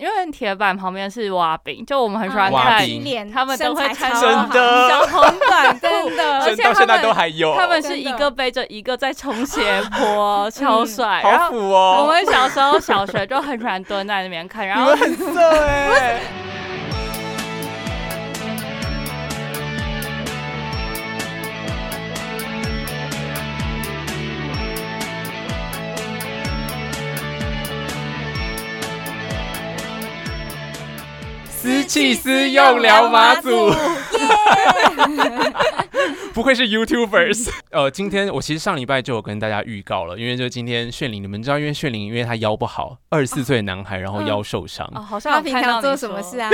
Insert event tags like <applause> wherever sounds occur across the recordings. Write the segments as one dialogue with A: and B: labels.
A: 因为铁板旁边是蛙饼，就我们很喜欢
B: 蛙
A: 看
B: 嗯饼
C: 脸
A: 他们都会
C: 身材
A: 穿
C: 超
B: 真
C: 好
B: 的
A: 小红短裤，
C: 真 <laughs> 的，
A: 而
B: 真
A: 且
B: 到
A: 呃他
B: 现在
A: 们
B: 都还有，哦
A: 他们是一个背着一个在冲斜
C: <laughs>
A: 坡，
C: 嗯
A: 超帅。然
B: 好
A: 后
B: 腐
A: 我
B: 哦，
A: 们小时候小学就很喜欢蹲在那边看，然
B: 你
A: 后
B: 们很色 <laughs>
A: <laughs>
B: 哎。私器私用聊马祖， <laughs> 不愧是 YouTubers。呃， <laughs> 今天我其实上礼拜就有跟大家预告了，因为就今天炫灵，你们知道，因为炫灵因为他腰不好，二十四岁的男孩，然后腰受伤，
A: 哦，好像
C: <laughs> 他
A: 有
C: 平
A: 看到
C: 常
A: 你
C: 做什么
A: 说
C: 事？
A: <laughs>
C: 啊？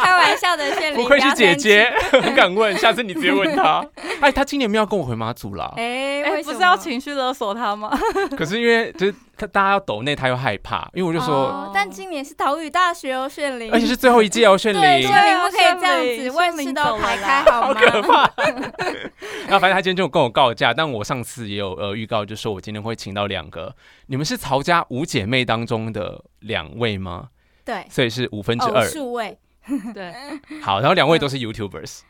C: 开玩笑的，炫
B: 不
C: 灵
B: 愧是姐姐， <laughs> 很敢问，下次你直接问 <laughs> 他。哎，他今年没有跟我回马祖啦，
C: 不要生气。哎，
A: 哎，
C: 为
A: 不
C: 什
A: 是要
C: 么
A: 情绪勒索他
C: <laughs>
A: 吗？
B: 可是因为就是他大家要抖内，他又害怕，因为我就说，
C: 哦但今年是岛屿大学哦，炫灵，
B: <laughs> 而且是最后一届哦，炫
C: 对，
B: 灵
C: 炫。灵不可以
A: 炫
C: 这样
A: 灵
C: 子，
A: 啊炫
C: 万事
A: 灵
C: 都
A: 走
C: 排
A: 了
C: 开
A: 啦
C: 好吗？
B: <laughs> 然后反正他今天就跟我告假，但我上次也有呃预告，就说我今天会请到两个，你们是曹家五姐妹当中的两位吗？
C: 对，
B: 所以是五分之
C: 偶
B: 二。
C: 数位，
A: 对，
B: 好，然后两位都是 YouTubers，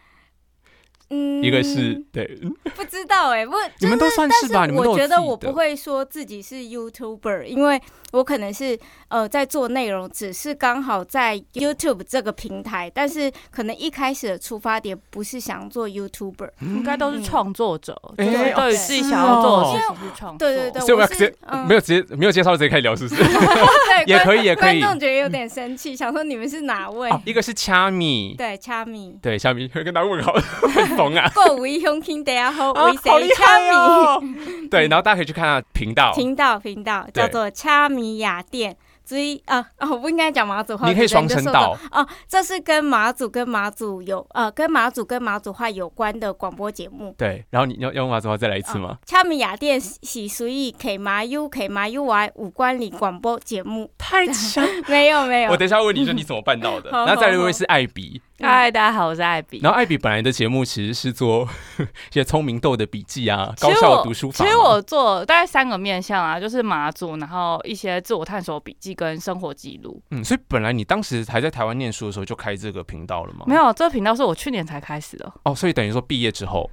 C: 嗯，
B: 一个是对，
C: 不知道哎，不，
B: 你们都算是吧？你们都
C: 我
B: 有
C: 觉
B: 自
C: 得
B: 己
C: 我不
B: 的
C: 会说自己是 YouTuber，因为我可能是呃在做内容，只是刚好在 YouTube 这个平台，但是可能一开始的出发点不是想做 YouTuber。
A: <laughs> 应该都是
C: 嗯
A: 创作者，
B: 哎
A: 就是
B: 哦
A: 对于自己想要做的事
C: 是
A: 情去创作。
C: 对对对，
B: 所以我
C: 我
B: 要直接
C: 是、嗯、
B: 没有直接没有介绍直接开始聊，是
C: <laughs>
B: 不是？
C: 对
B: 也
C: 观
B: 可以，也可
C: 观
B: 以。嗯
C: 众觉得有点生气，想说你们是哪位？
B: 哦一个是掐米，
C: 对，掐米。
B: 对，虾米会跟他问 <laughs> 好，很怂
C: <laughs>
B: 啊。
C: 够无一胸听得呀吼，
B: 啊
C: 为，
B: 好
C: 谁
B: 厉
C: 掐
B: 害
C: 米？
B: 哦！ <laughs> 对，然后大家可以去看他的频道，
C: 频道频道
B: 对
C: 叫做掐米雅店。所以啊啊，我不应该讲马祖话，
B: 你可以双声
C: 声
B: 道。
C: 哦，这是跟马祖跟马祖有呃，跟马祖跟马祖话有关的广播节目。
B: 对，然后你要要用马祖话再来一次吗？
C: 恰米雅店喜属于 K 马 U K 马 U Y 五关里广播节目，
B: 太强！
C: 没有没有
B: 我，等一下问你说你怎么办到的。
C: 啊 <laughs> 好
B: 然后再来一
C: 好
B: 位
C: 好
B: 是艾比，
C: 嗯
A: 嗨，大家好，我是艾比。
B: 然后艾比本来的节目其实是做 <laughs> 一些聪明豆的笔记啊，
A: 其
B: 高
A: 实
B: 效
A: 我
B: 读书法
A: 其
B: 嘛。
A: 实我做大概三个面向啊，就是马祖，然后一些自我探索笔记跟生活记录。
B: 嗯，所以本来你当时还在台湾念书的时候就开这个频道了吗？
A: 没
B: 有
A: 有，这个频道是我去年才开始的，
B: 哦，所以等于说毕业之后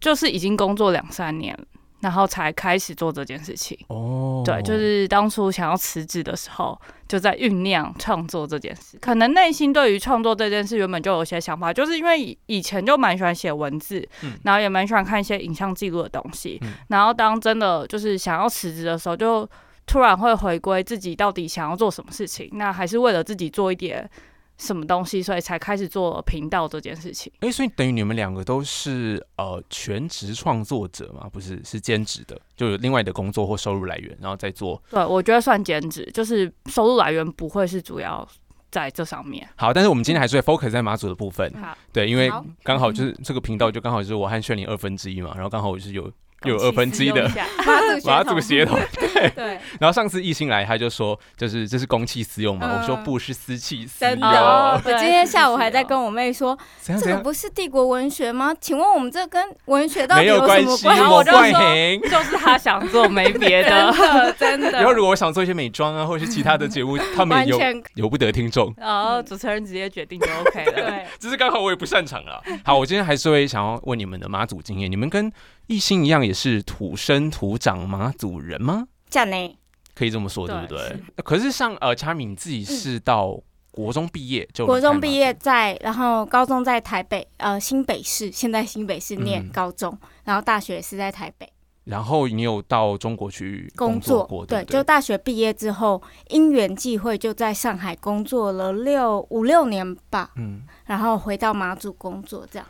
A: 就是已经工作两三年，然后才开始做这件事情。
B: 哦，
A: 对，就是当初想要辞职的时候，就在酝酿创作这件事。可能内心对于创作这件事原本就有一些想法，就是因为以以前就蛮喜欢写文字，
B: 嗯
A: 然后也蛮喜欢看一些影像记录的东西。
B: 嗯
A: 然后当真的就是想要辞职的时候，就突然会回归自己到底想要做什么事情，那还是为了自己做一点什么东西，所以才开始做频道这件事情。
B: 哎、所以等于你们两个都是呃全职创作者嘛？不是，是兼职的，就有另外的工作或收入来源，然后再做。
A: 对，我觉得算兼职，就是收入来源不会是主要在这上面。
B: 好，但是我们今天还是会 focus 在马祖的部分，
A: 好，
B: 对，因为
C: 好
B: 刚好就是这个频道就刚好就是我和炫玲二分之一嘛，然后刚好我是有有二分之一的
A: 恭喜私用下。
C: 马祖血
B: 马
C: 统
B: 祖协同。 <laughs>
C: 对，
B: 然后上次艺兴来，他就说就是这是公器私用嘛，
C: 嗯
B: 我说不是私器私
C: 真
B: 用
C: 的。，
A: 哦
C: 我
A: 对
C: 今天下午还在
B: 啊
C: 跟我妹说，
B: 怎样
C: 这
B: 怎
C: 个
B: 样？
C: 不是帝国文学吗？请问我们这跟文学到底
B: 没
C: 有什
B: 关
C: 么
B: 系，
C: 关
A: 然后
B: 我
A: 我就
B: 怪
A: 说
B: 行。
A: 就是他想做，没别 <laughs> 的。
C: 系？真
B: <laughs>
C: 的，
B: 然后如果我想做一些美妆啊，或者是其他的
C: <laughs>
B: 节目，他们
C: 完
B: 有
C: 全
B: 由不得听众。
A: 然后主持人直接决定就 OK
B: <laughs>
A: 了。
C: 对。
B: 只是刚好我也不擅长啊啦。好，我今天还是会想要问你们的马祖经验。你们跟异性一样也是土生土长马祖人吗？
C: 讲呢，
B: 可以这么说，对不
A: 对
B: 对？可是像呃，查敏自己是到国中毕业就离开
C: 国中
B: 马祖
C: 毕业，在，然后高中在台北，呃，新北市，现在新北市念
B: 嗯
C: 高中，然后大学是在台北
B: 然后你有到中国去
C: 工
B: 作过，
C: 对，
B: 不
C: 就大学毕业之后，因缘际会就在上海工作了六五六年吧，
B: 嗯。
C: 然后回到马祖工作，这样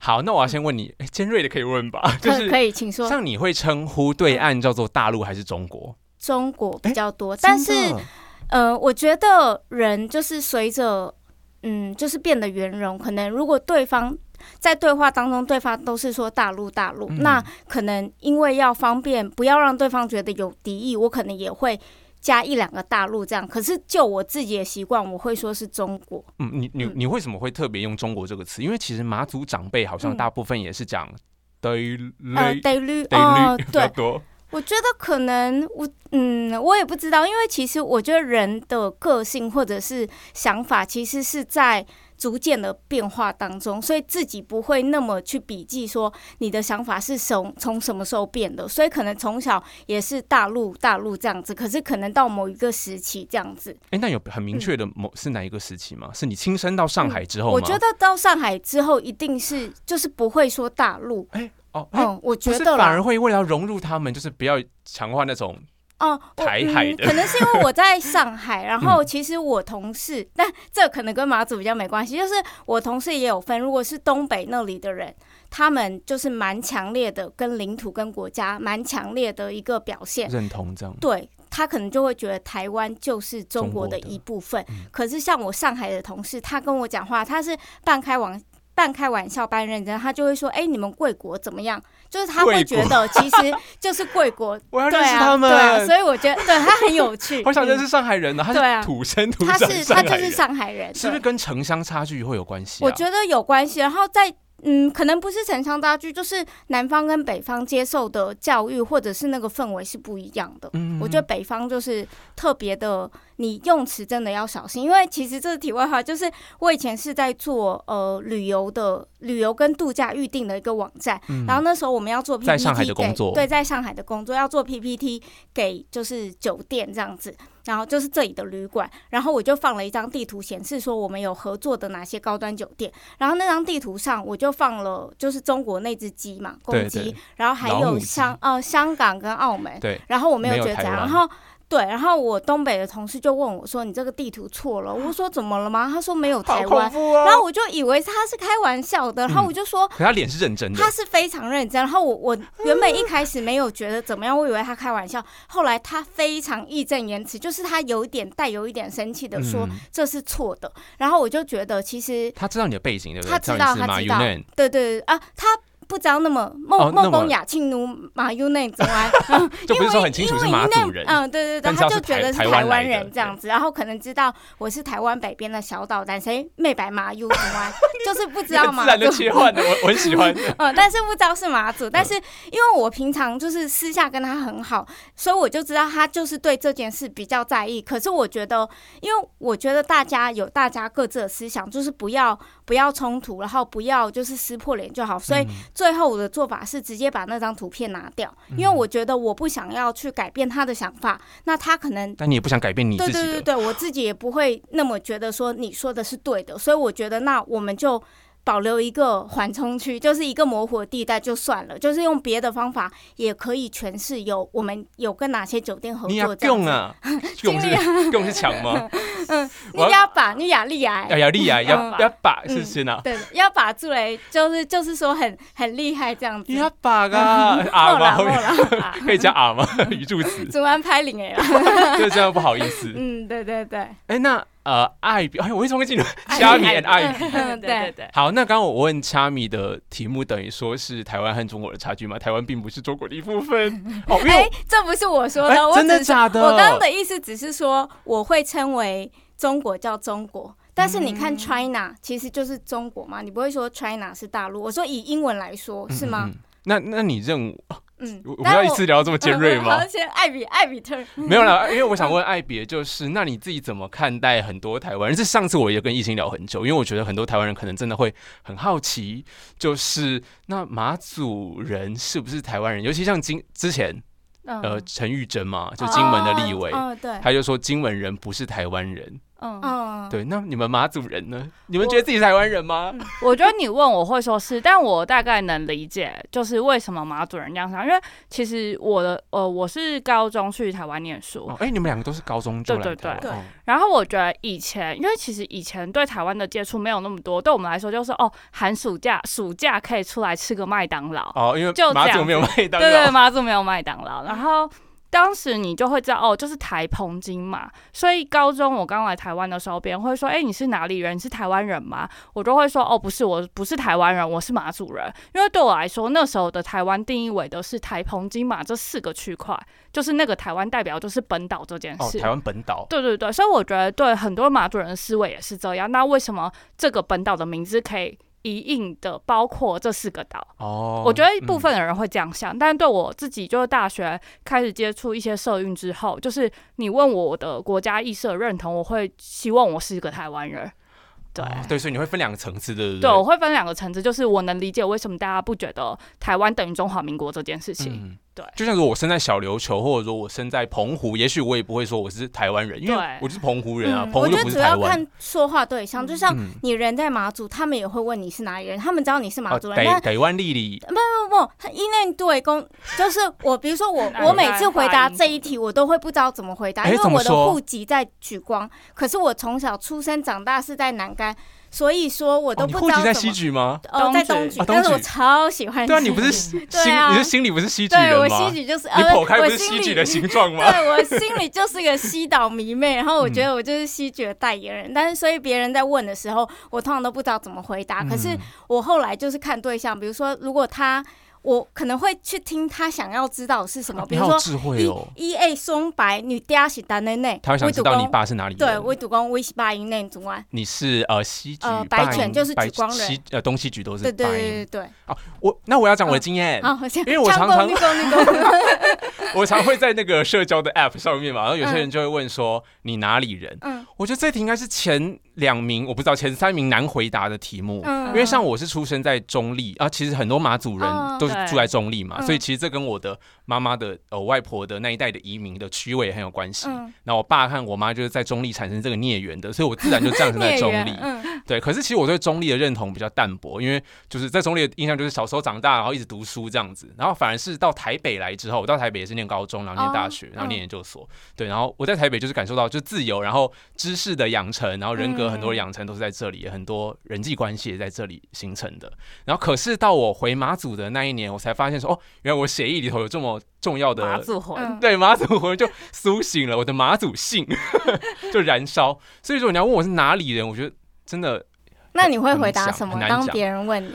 B: 好，那我要先问你，哎尖锐的可以问吧，
C: 嗯
B: 就
C: 可
B: 是
C: 可以，请说。
B: 像你会称呼对岸叫做大陆还是中国？
C: 中国比较多，但是呃，我觉得人就是随着，嗯，就是变得圆融。可能如果对方在对话当中，对方都是说大陆大陆，
B: 嗯
C: 那可能因为要方便，不要让对方觉得有敌意，我可能也会加一两个大陆这样。可是就我自己的习惯，我会说是中国。
B: 嗯，你你
C: 嗯
B: 你为什么会特别用中国这个词？因为其实马祖长辈好像
C: 嗯
B: 大部分也是讲对
C: 呃
B: 类，
C: 得绿
B: 对
C: 哦
B: 绿，比较
C: 对，
B: 多。
C: 我觉得可能我嗯，我也不知道，因为其实我觉得人的个性或者是想法，其实是在逐渐的变化当中，所以自己不会那么去笔记说你的想法是从从什么时候变的，所以可能从小也是大陆大陆这样子，可是可能到某一个时期这样子。
B: 哎，那有很明确的某、是哪一个时期吗？是你亲身到上海之后吗？
C: 嗯我觉得到上海之后，一定是就是不会说大陆，
B: 哦，哎、
C: 嗯，我
B: 不
C: 觉
B: 是
C: 得
B: 反
C: 啦
B: 而，会为了要融入他们，就是不要强化那种
C: 哦，我
B: 台海
C: 嗯
B: 的嗯
C: 可能是因为我在上海，然后其实我同事， <laughs> 但这可能跟马祖比较没关系，就是我同事也有分，如果是东北那里的人，他们就是蛮强烈的跟领土跟国家蛮强烈的一个表现，
B: 认同这样。
C: 对啊他可能就会觉得台湾就是中国的
B: 中国的
C: 一部分。
B: 嗯
C: 可是像我上海的同事，他跟我讲话，他是半开玩半开玩笑半认真，他就会说：“哎、你们贵国怎么样？”就是他会
B: 贵
C: 觉
B: 国
C: 得其实 <laughs> 就是贵国
B: 我要
C: 对
B: 认识
C: 啊，
B: <laughs> 他们，
C: 对啊，所以我觉得对他很有
B: <laughs>
C: 趣。
B: 好想
C: 嗯
B: 认识上海人呢、
C: 对
B: 他
C: 啊
B: 是土生土
C: 他
B: 长
C: 是
B: 上
C: 他就
B: 海
C: 是
B: 人，
C: 上海人，
B: 是不是
C: 对
B: 跟城乡差距会有关系、啊？
C: 我觉得有关系。然后在嗯，可能不是城乡差距，就是南方跟北方接受的教育或者是那个氛围是不一样的。
B: 嗯
C: 我觉得北方就是特别的，你用词真的要小心，因为其实这是题外话，就是我以前是在做呃旅游的旅游跟度假预定的一个网站，
B: 嗯
C: 然后那时候我们要做 PPT
B: 在上海的
C: 给
B: 工作
C: 对，在上海的工作要做 PPT 给就是酒店这样子，然后就是这里的旅馆，然后我就放了一张地图显示说我们有合作的哪些高端酒店，然后那张地图上我就放了就是中国那只鸡嘛，公
B: 对
C: 鸡，
B: 对
C: 然后还
B: 老
C: 有
B: 母鸡
C: 香呃香港跟澳门，
B: 对，
C: 然后我没有
B: 没有
C: 觉得怎
B: 台
C: 样，然
B: 湾
C: 后对，然后我东北的同事就问我说：“你这个地图错了。”我说：“怎么了吗？”他说：“没有
B: 啊好
C: 台
B: 恐
C: 湾。
B: 怖哦。
C: 然后我就以为他是开玩笑的，然后
B: 嗯
C: 我就说。
B: 可他脸是认真的
C: 他，是非常认真，然后我我原本一开始没有觉得怎么样，我以为他开玩笑，后来他非常义正言辞，就是他有一点带有一点生气的说
B: 嗯
C: 这是错的，然后我就觉得其实
B: 他知道你的背景对不对？
C: 他知道
B: 你是马
C: 他知道
B: Yunan
C: 对对对啊，他不知道那么
B: 哦
C: 孟
B: 那么
C: 孟公雅庆奴马 U 啊内之 <laughs> 外，
B: 就
C: 因为
B: 不是说很清楚是马祖人，
C: 嗯，对对对，
B: 但
C: 他
B: 知道
C: 就是觉
B: 台
C: 得是
B: 台湾
C: 台
B: 来
C: 湾
B: 的
C: 人这样子，然后可能知道我是台湾北边的小岛但谁妹白马 U 之外，就是不知
B: <laughs> 你很
C: 道马
B: 自然
C: 祖
B: 的。切换嗯的，我我 <laughs> 很喜欢。
C: <laughs> 嗯，但是不知道是马祖，但是因为我平常就是私下跟他很好，所以我就知道他就是对这件事比较在意。可是我觉得，因为我觉得大家有大家各自的思想，就是不要不要冲突，然后不要就是撕破脸就好。所以
B: 嗯
C: 最后我的做法是直接把那张图片拿掉，因为我觉得我不想要去改变他的想法，那他可能。
B: 但你也不想改变你自
C: 对
B: 己的，
C: 对对对，我自己也不会那么觉得说你说的是对的，所以我觉得那我们就保留一个缓冲区，就是一个模糊的地带就算了，就是用别的方法也可以诠释有我们有跟哪些酒店合
B: 你
C: 作
B: 要
C: 这样
B: 用
C: 子。 <laughs>
B: 啊，用
C: 尽
B: 是用是强
C: <laughs>
B: 吗？
C: 嗯你
B: <laughs> 我要哎
C: 要把你雅利亚，
B: 要要厉害，要
C: 嗯
B: 要把
C: 嗯
B: 是是呢，
C: 对，要把朱雷就是就是说很很厉害这样子。
B: 你要把啊
C: <laughs>
B: 啊
C: 后嗯啦
B: 吗？
C: 后
B: 后面
C: 啦， <laughs>
B: 可以加啊吗？ <laughs> 语助词，
C: 主安拍领哎啦。
B: 就这样不好意思。
C: 嗯，对对对，
B: 哎，那呃，艾比，哎，我为什么会进入虾米 and 艾比？
A: 对对对，
B: 好，那刚刚我问虾米的题目，等于说是台湾和中国的差距吗？台湾并不是中国的一部分哦，因为
C: 哎
B: 我、，
C: 这不是我说
B: 哎
C: 的，我
B: 真的
C: 只是
B: 假的？
C: 我刚刚的意思只是说，我会称为中国叫中国，但是你
B: 嗯
C: 看 China、其实就是中国嘛，你不会说 China 是大陆。我说以英文来说是吗
B: 嗯？嗯那那你认为
C: 嗯，
B: 我我们
C: 但
B: 要一次聊到这么尖锐
A: 嗯
C: <laughs>
B: 吗
C: 而？且艾比艾比
B: <laughs>
C: 特，
B: 没有啦，因为我想问艾别，就是那你自己怎么看待很多台湾人？这上次我也跟艺兴聊很久，因为我觉得很多台湾人可能真的会很好奇，就是那马祖人是不是台湾人？尤其像金之前
A: 嗯
B: 呃陈玉珍嘛，就金门的立委，
C: 哦，哦对，
B: 他就说金门人不是台湾人。
A: 嗯，
C: 嗯，
B: 对，那你们马祖人呢？你们
A: 我嗯
B: 觉得自己是台湾人吗？
A: 我觉得你问我会说是，但我大概能理解，就是为什么马主任这样想，因为其实我的呃我是高中去台湾念书，
B: 哦，哎、你们两个都是高中就来
A: 对对
B: 台湾
C: 对
B: 哦
A: 然后我觉得以前，因为其实以前对台湾的接触没有那么多，对我们来说就是哦，寒暑假暑假可以出来吃个麦当劳，
B: 哦，因为
A: 就这
B: 马
A: 样
B: 祖没有啊麦当
A: 对对，
B: 劳，
A: 妈祖没有麦当劳。然后当时你就会知道哦，就是台澎金嘛。所以高中我刚来台湾的时候，别人会说：“哎、你是哪里人？你是台湾人吗？”我就会说：“哦，不是，我不是台湾人，我是马祖人。”因为对我来说，那时候的台湾定义为的是台澎金马这四个区块，就是那个台湾代表就是本岛这件
B: 哦，
A: 事。
B: 台湾本岛。
A: 对对对，所以我觉得对很多马祖人的思维也是这样。那为什么这个本岛的名字可以一应的包括这四个岛。
B: 哦，
A: 我觉得部
B: 嗯
A: 分的人会这样想，但是对我自己，就是大学开始接触一些社运之后，就是你问我我的国家意识的认同，我会希望我是一个台湾人。对、
B: 哦对，所以你会分两个层次，对嗯不
A: 对，我会分两个层次，就是我能理解为什么大家不觉得台湾等于中华民国这件事情。
B: 嗯
A: 对
B: 就像如果我生在小琉球，或者说我生在澎湖，也许我也不会说我是台湾人，因为
A: 对
B: 我就是澎湖人啊，
C: 嗯，
B: 澎湖
C: 我
B: 又
C: 觉
B: 不
C: 得
B: 是
C: 主
B: 台
C: 要
B: 湾。
C: 看说话对象，就像
B: 嗯，
C: 你人在马祖，他们也会问你是哪里人，他们知道你是马
B: 哦，
C: 祖人，
B: 台
C: 但
B: 台湾哦丽丽，
C: 不不，因为对公就是我，比如说我，我每次回答这一题，我都会不知道怎么回答，
B: 哎
C: 因为
B: 怎么
C: 我的
B: 说
C: 户籍在莒光，可是我从小出生长大是在南干，所以说我
B: 哦
C: 都
B: 你
C: 不
B: 户
C: 知道
B: 籍在
C: 怎么。
B: 西莒吗？
C: 哦，在
A: 东
C: 东
A: 莒
C: 莒
B: 啊，
C: 但是
B: 东
C: 我
B: 莒
C: 超喜欢。
B: 对啊，你不是
C: 西
B: 心，
C: 对啊
B: 你是心里不是
C: 莒
B: 西莒
C: 对
B: 人
C: 我
B: 吗？
C: 西莒就是，
B: 你
C: 呃
B: 剖开不
C: 我
B: 是西
C: 心
B: 莒
C: 里
B: 的形状吗？
C: 对啊我心里就是个西岛迷妹，然后我觉得我就是西莒的代言人，但是所以别人在问的时候，我通常都不知道怎么回答。可是呃
B: 嗯
C: 我后来就是看对象，比如说如果他，我可能会去听他想要知道是什么，比
B: 啊你
C: 如
B: 好
C: 说
B: 有智慧
C: 一
B: 哦，
C: 一 A 松白女嗲是单内内，
B: 他会想
C: 我
B: 知
C: 主
B: 道你
C: 公
B: 爸是哪里人。
C: 对，我主公我是八音内主安，
B: 你是呃西莒、
C: 呃白
B: 瀛
C: 犬就是
B: 白
C: 莒光人
B: 西呃东西莒都是
C: 对对
B: 白
C: 对对嗯
B: 音。
C: 对，哦
B: 我那我要讲我的经验，
C: 好，好像
B: 因为我常常
C: 那个那个
B: <laughs> 我常会在那个社交的 App 上面嘛，然后有些人就会问说你哪里人？
C: 嗯
B: 我觉得这题应该是前两名，我不知道前三名难回答的题目。
C: 嗯，
B: 因为像我是出生在中立啊，其实很多马祖人
C: 哦
B: 都是
A: 对
B: 住在中立嘛，
C: 嗯
B: 所以其实这跟我的妈妈的呃外婆的那一代的移民的区位很有关系。
C: 嗯
B: 那我爸和我妈就是在中立产生这个孽缘的，所以我自
C: <laughs>
B: 然就降生在
C: 孽
B: 中
C: 缘
B: 立。
C: 嗯
B: 对，可是其实我对中立的认同比较淡薄，因为就是在中立的印象就是小时候长大，然后一直读书这样子，然后反而是到台北来之后，我到台北也是念高中，然后念大学，
C: 哦
B: 然
A: 嗯
B: 后念研究所，对，然后我在台北就是感受到就自由，然后知识的养成，然后人格很
A: 嗯
B: 多的养成都是在这里，也很多人际关系也在这里形成的。然后可是到我回马祖的那一年，我才发现说，哦，原来我血液里头有这么重要的
A: 马祖魂，
C: 嗯
B: 对，马祖魂就苏醒了，我的马祖性 <laughs> 就燃烧。所以说你要问我是哪里人，我觉得真的，
C: 那你会
B: 很
C: 回答
B: 讲
C: 什
B: 很
C: 么？
B: 难
C: 当
B: 讲
C: 别人问你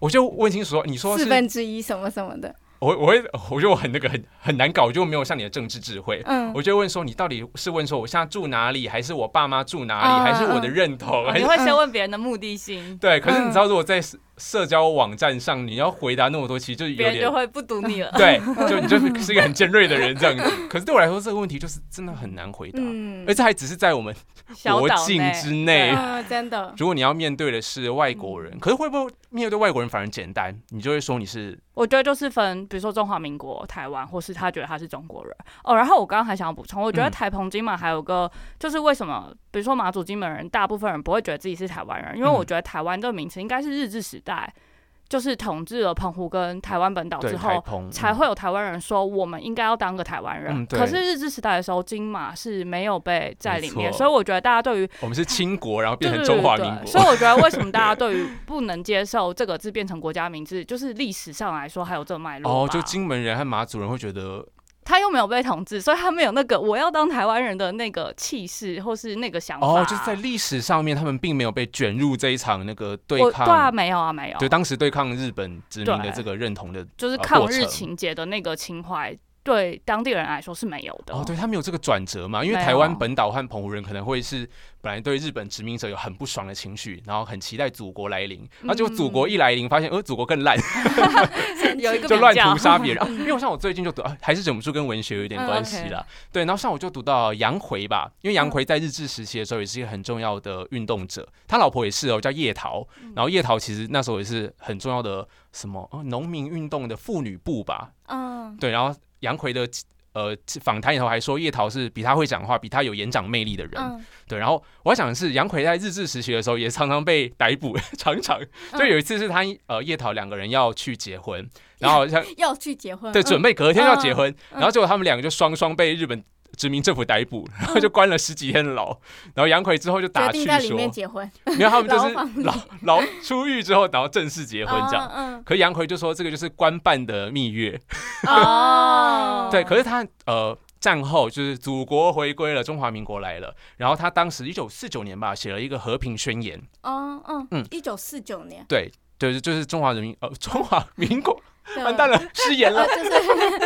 B: 我就问清楚说，你说
C: 四
B: 是，
C: 分之一什么什么的，
B: 我我会，我觉得我很那个很很难搞，我就没有像你的政治智慧。
C: 嗯，
B: 我就问说，你到底是问说我现在住哪里，还是我爸妈住哪里，
C: 嗯
B: 还 <laughs> 是我的认同？
A: 啊
B: 还
A: 哦你
B: 是
A: 会嗯先问别人的目的性，
B: 对，可是你知道，如果在社社交网站上，你要回答那么多，其实 <laughs> 就有
A: 别
B: 点
A: 人就会不读你了。
B: 对，
A: <laughs>
B: 就你就是是一个很尖锐的人这样子。可是对我来说，这个问题就是真的很难回答，
C: 嗯
B: 而，且还只是在我们
A: 小
B: <laughs> 国
A: 岛
B: 境
A: 内
B: 之内
A: 对
C: 嗯，真
B: <laughs>
C: 的，
B: 如果你要面对的是外国人，可是会不会面对外国人反而简单？你就会说你是
A: 我觉得就是分，比如说中华民国、台湾，或是他觉得他是中国人哦。然后我刚刚还想要补充，我觉得
B: 嗯
A: 台澎金马还有个，就是为什么，比如说马祖金门人，大部分人不会觉得自己是台湾人，因为
B: 嗯
A: 我觉得台湾这个名词应该是日治时代，就是统治了澎湖跟台湾本岛
B: 对
A: 之
B: 台
A: 后，
B: 澎
A: 才会有台湾人说我们应该要当个台湾人。
B: 嗯对
A: 可是日治时代的时候，金马是没有被在里
B: 没
A: 面，
B: 错
A: 所以我觉得大家对于
B: 嗯我们是清国，然后
A: 对
B: 变
A: 对
B: 成
A: 对
B: 中华
A: 对
B: 民
A: 所以
B: 国。
A: 我觉得为什么
B: <laughs>
A: 大家对于不能接受这个字变成国家名字，就是历史上来说还有这个脉络
B: 哦，
A: 吧
B: 就金门人和马祖人会觉得，
A: 他又没有被统治，所以他没有那个我要当台湾人的那个气势或是那个想法。
B: 哦，就是在历史上面，他们并没有被卷入这一场那个对
A: 我
B: 抗，
A: 对啊，没有啊，没有，
B: 对当时对抗日本殖民的
A: 对
B: 这个认同的，
A: 就是
B: 呃
A: 抗
B: 过
A: 日
B: 程
A: 情节的那个情怀，对当地人来说是没有的。
B: 哦，对，他们有这个转折嘛？因为
A: 没有
B: 台湾本岛和澎湖人可能会是本来对日本殖民者有很不爽的情绪，然后很期待祖国来临，然后结
A: 嗯
B: 果祖国一来临，发现呃祖国更烂，
A: 有一个
B: 就
A: 比
B: 乱
A: 较
B: 屠杀别人。啊因为像我最近就读，啊、还是忍不住跟文学有一点关系
A: 嗯
B: 啦。对，然后像我就读到杨回吧，因为杨回在日治时期的时候也是一个很重要的运动者，他老婆也是哦，叫叶桃。然后叶桃其实那时候也是很重要的什么呃农民运动的妇女部吧。
C: 嗯，
B: 对，然后杨回的呃访谈里头还说叶桃是比他会讲话、比他有演讲魅力的人。
C: 嗯，
B: 对，然后我要讲的是，杨奎在日治时期的时候也常常被逮捕， <laughs> 常常就有一次是他呃叶桃两个人要去结婚，然后像
C: 要去结婚，
B: 对
C: 嗯
B: 准备隔天要结
C: 嗯
B: 婚，然后结果他们两个就双双被日本殖民政府逮捕，然后就关了十几天的牢，然后杨奎之后就打
C: 决
B: 趣
C: 定在里
B: 说
C: 面，结婚，
B: 没有他们就
C: 牢房
B: 是
C: 里
B: 牢牢出狱之后，然后正式结
C: 结
B: 婚这样。
C: 嗯，
B: 可杨奎就说这个就是官办的蜜月，
A: 啊哦，
B: 对，可是他呃。战后就是祖国回归了，中华民国来了。然后他当时一九四九年吧，写了一个和平宣言，
C: 哦，嗯
B: 嗯
C: 嗯，一九四九年，
B: 对，就是就是中华人民呃中华民国完蛋
C: 了，
B: 了，失言
C: <laughs>
B: 了
C: 呃。就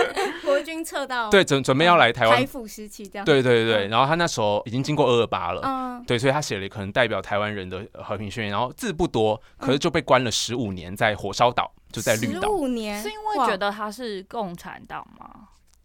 C: 是 <laughs> 国军撤到
B: 对，准准备要来台湾
C: 台，府时期这样，，
B: 对对对。然后他那时候已经经过二二八了，
C: 嗯，
B: 对，所以他写了可能代表台湾人的呃和平宣言，然后字不多，
A: 嗯
B: 可是就被关了十五年，在火烧岛，就在绿
C: 十
B: 岛。
C: 五年
A: 是因为觉得他是共产党吗？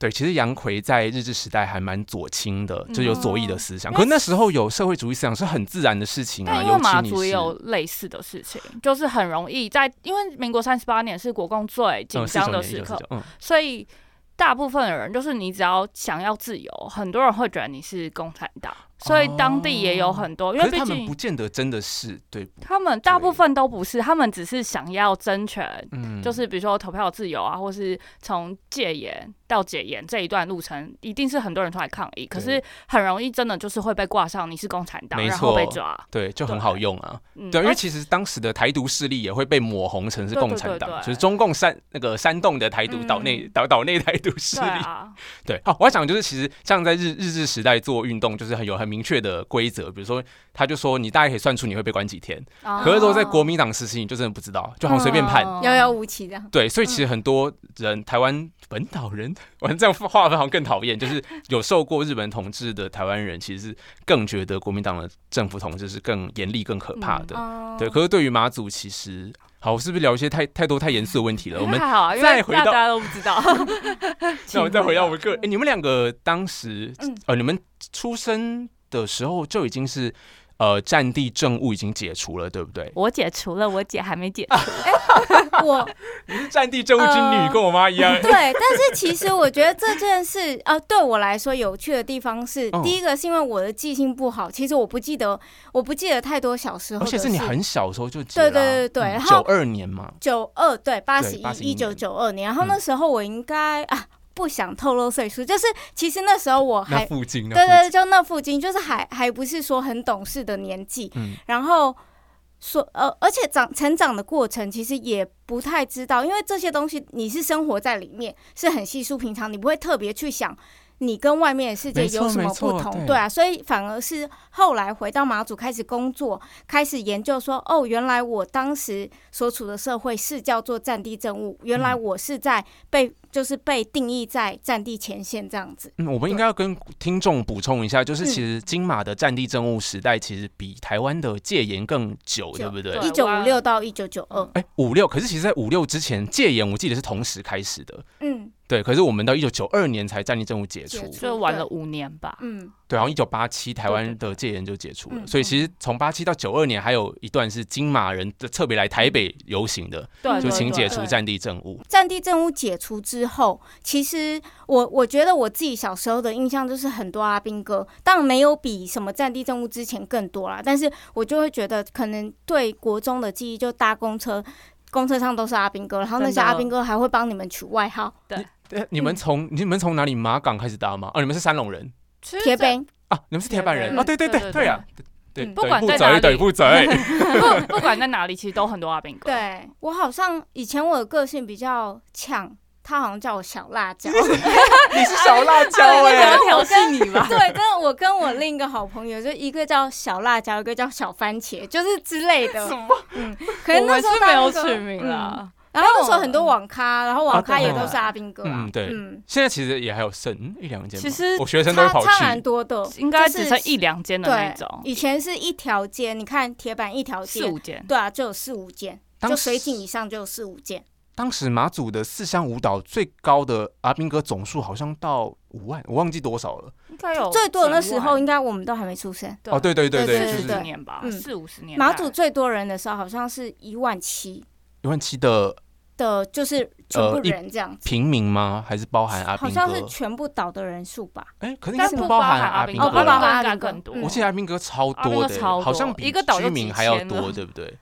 B: 对，其实杨奎在日治时代还蛮左倾的，就有左翼的思想。
C: 嗯
B: 可是那时候有社会主义思想是很自然的事情啊，
A: 但因为
B: 尤
A: 马
B: 其
A: 祖
B: 你
A: 也
B: 是
A: 有类似的事情，就是很容易在，因为民国三十八年是国共最紧
B: 嗯
A: 张
B: 49
A: 的
B: 年
A: 时
B: 1949
A: 刻，
B: 嗯，
A: 所以大部分的人就是你只要想要自由，很多人会觉得你是共产党，所以当地也有很多，因
B: 哦
A: 为
B: 可
A: 毕
B: 是他们不
A: 竟
B: 见得真的是对，
A: 他们大部分都不是，他们只是想要争权，
B: 嗯，
A: 就是比如说投票自由啊，或是从戒严到解严这一段路程，一定是很多人出来抗议，可是很容易真的就是会被挂上你是共产党，
B: 没
A: 然后被
B: 错
A: 抓。
B: 对，就很
A: 对
B: 好用啊。
A: 嗯，
B: 对，因为
A: 而
B: 其实当时的台独势力也会被抹红成是
A: 对
B: 共
A: 对
B: 产
A: 对
B: 党，
A: 对嗯
B: 就是中共煽那个煽动的台独岛内、岛岛内台独势
A: 对
B: 力。 <laughs>
A: 啊，
B: 对，好、我要讲就是其实像在日日治时代做运动，就是很有很明确的规则，比如说他就说你大概可以算出你会被关几天，可是如果
A: 哦
B: 在国民党时期你就真的不知道，就好像随便判。
A: 嗯
C: 遥遥无期这样，
B: 对，所以其实很多人，台湾本岛人， <laughs> 玩这样划分好像更讨厌，就是有受过日本统治的台湾人，其实是更觉得国民党的政府统治是更严厉、更可怕的。
C: 哦
B: 对，可是对于马祖，其实好，是不是聊一些太太多太严肃的问题了？我们
A: 太好啊，因
B: 再
A: 为
B: 回
A: 大
B: 到
A: 家都不知道。
B: 那我们再回到
A: <laughs> 请
B: 我们个人，诶你们两个当时
C: 嗯，
B: 呃，你们出生的时候就已经是呃战地政务已经解除了，对不对？
A: 我解除了，我姐还没解
C: 我
B: 战地政务军女
C: 呃，
B: 跟我妈一样
C: 对，但是其实我觉得这件事，呃，对我来说有趣的地方是，
B: 嗯
C: 第一个是因为我的记性不好，其实我不记得，我不记得太多小时候
B: 而
C: 的事。
B: 且是你很嗯小的时候就解
C: 对
B: 了，啊
C: 对对对然
B: 九
C: 后
B: 二年嘛，
C: 九二对八十
B: 对81
C: 一一九
B: 年
C: 九二年，然后那时候我应该、啊不想透露岁数，就是其实那时候我
B: 那
C: 还
B: 附近那
C: 对
B: 附
C: 对，就那附近，就是还还不是说很懂事的年纪，
B: 嗯
C: 然后说呃，而且长成长的过程其实也不太知道，因为这些东西你是生活在里面，是很稀疏平常，你不会特别去想。你跟外面的世界
B: 没错
C: 有什么
B: 没错
C: 不同？
B: 对
C: 对啊，所以反而是后来回到马祖开始工作，开始研究说，哦，原来我当时所处的社会是叫做战地政务，原来
B: 嗯
C: 我是在被、就是被定义在战地前线这样子。
B: 嗯，我们应
C: 对
B: 该要跟听众补充一下，就是
C: 嗯
B: 其实金马的战地政务时代其实比台湾的戒严更久，对不对？
A: 对
C: 一九五六到一九九二，
B: 哎，五六，可是其实，在五六之前，戒严我记得是同时开始的，
C: 嗯
B: 对。可是我们到一九九二年才战地政务解除，
C: 解除
A: 就玩了五年吧。
C: 嗯，
B: 对，然后一九八七台
A: 对
B: 湾的戒严就解除了，
C: 嗯
B: 所以其实从八七到九二年还有一段是金马人的特别来台北游行的，
A: 对，
B: 就
A: 对
B: 请解
A: 对
B: 除战地政务。
C: 战地政务解除之后，其实我我觉得我自己小时候的印象就是很多阿兵哥，当然没有比什么战地政务之前更多啦，但是我就会觉得可能对国中的记忆就搭公车。公车上都是阿兵哥，然后那些
A: 真的
C: 阿兵哥还会帮你们取外号，
B: 呃你们从你们从哪里马港开始搭吗？哦，你们是三龙人
A: 其实
C: 铁
A: 这
C: 兵。
B: 啊，你们是铁板人
A: 铁板
B: 啊？对对
A: 对对
B: 对对啊，对，
C: 嗯
A: 不管
B: 对
A: 在哪
B: 嘴
A: 里
B: 对不嘴，
A: 不不管在哪里，其实都很多阿兵
C: <laughs>
A: 哥。，
C: 对我好像以前我的个性比较呛，他好像叫我小辣椒。
B: 你是小辣椒
A: 在
B: 哎、
A: 调戏你吧。
C: <laughs> 对，跟我跟我另一个好朋友，就一个叫小辣椒，一个叫小番茄，就是之类的。嗯，可能
A: 我
C: 那
A: 们
C: 时候
A: 是
C: 大
A: 没
C: 家
A: 有
C: 都
A: 取名
C: 嗯
A: 啦，
C: 然后那时候很多网咖，然后网
B: 哦啊
C: 咖
B: 对
C: 也都是阿兵哥啊。
B: 嗯对
C: 嗯，
B: 现在其实也还有剩嗯一两间吧，
A: 其实
B: 我学生都会
C: 差
B: 跑
C: 差蛮
B: 去，
C: 多的。
A: 应该
C: 就是
A: 只剩一两间的那
C: 对
A: 种，，
C: 以前是一条街，你看铁板一条
A: 四
C: 街
A: 五，间。
C: 对啊，就有四五间，
B: 当
C: 就
B: 时
C: 水井以上就有四五间。
B: 当时马祖的四乡舞蹈最高的阿兵哥总数好像到五万，我忘记多少了。
A: 应该有
C: 最多的那时候，
A: 哦整
C: 应该我们都还没出生。
A: 晚
B: 哦，对对对
C: 对
B: 就
A: 四
B: 是
A: 十几年吧，
C: 嗯
A: 四五十年代。
C: 马祖最多人的时候，好像是一万七
B: 一万七的
C: 的，就是全
B: 呃
C: 部
B: 一
C: 人这样子，
B: 平民吗？还是包含阿
C: 好
B: 兵
C: 像是
B: 哥？
C: 全部岛的人数吧。
B: 哎、可是应
A: 但
B: 该
A: 不
B: 包
A: 含
B: 含阿
A: 兵
B: 哥
C: 哦不包
B: 啦。
C: 含
A: 应
C: 阿
A: 该
C: 兵哥
A: 更多。
C: 嗯
B: 我记得阿兵哥超
A: 阿兵
B: 多
A: 哥
B: 的、
A: 超多
B: 好像比
A: 一个岛就
B: 居
A: 几
B: 民还要
A: 千啊
B: 多，
A: 了
B: 对
A: <laughs>
B: 不对？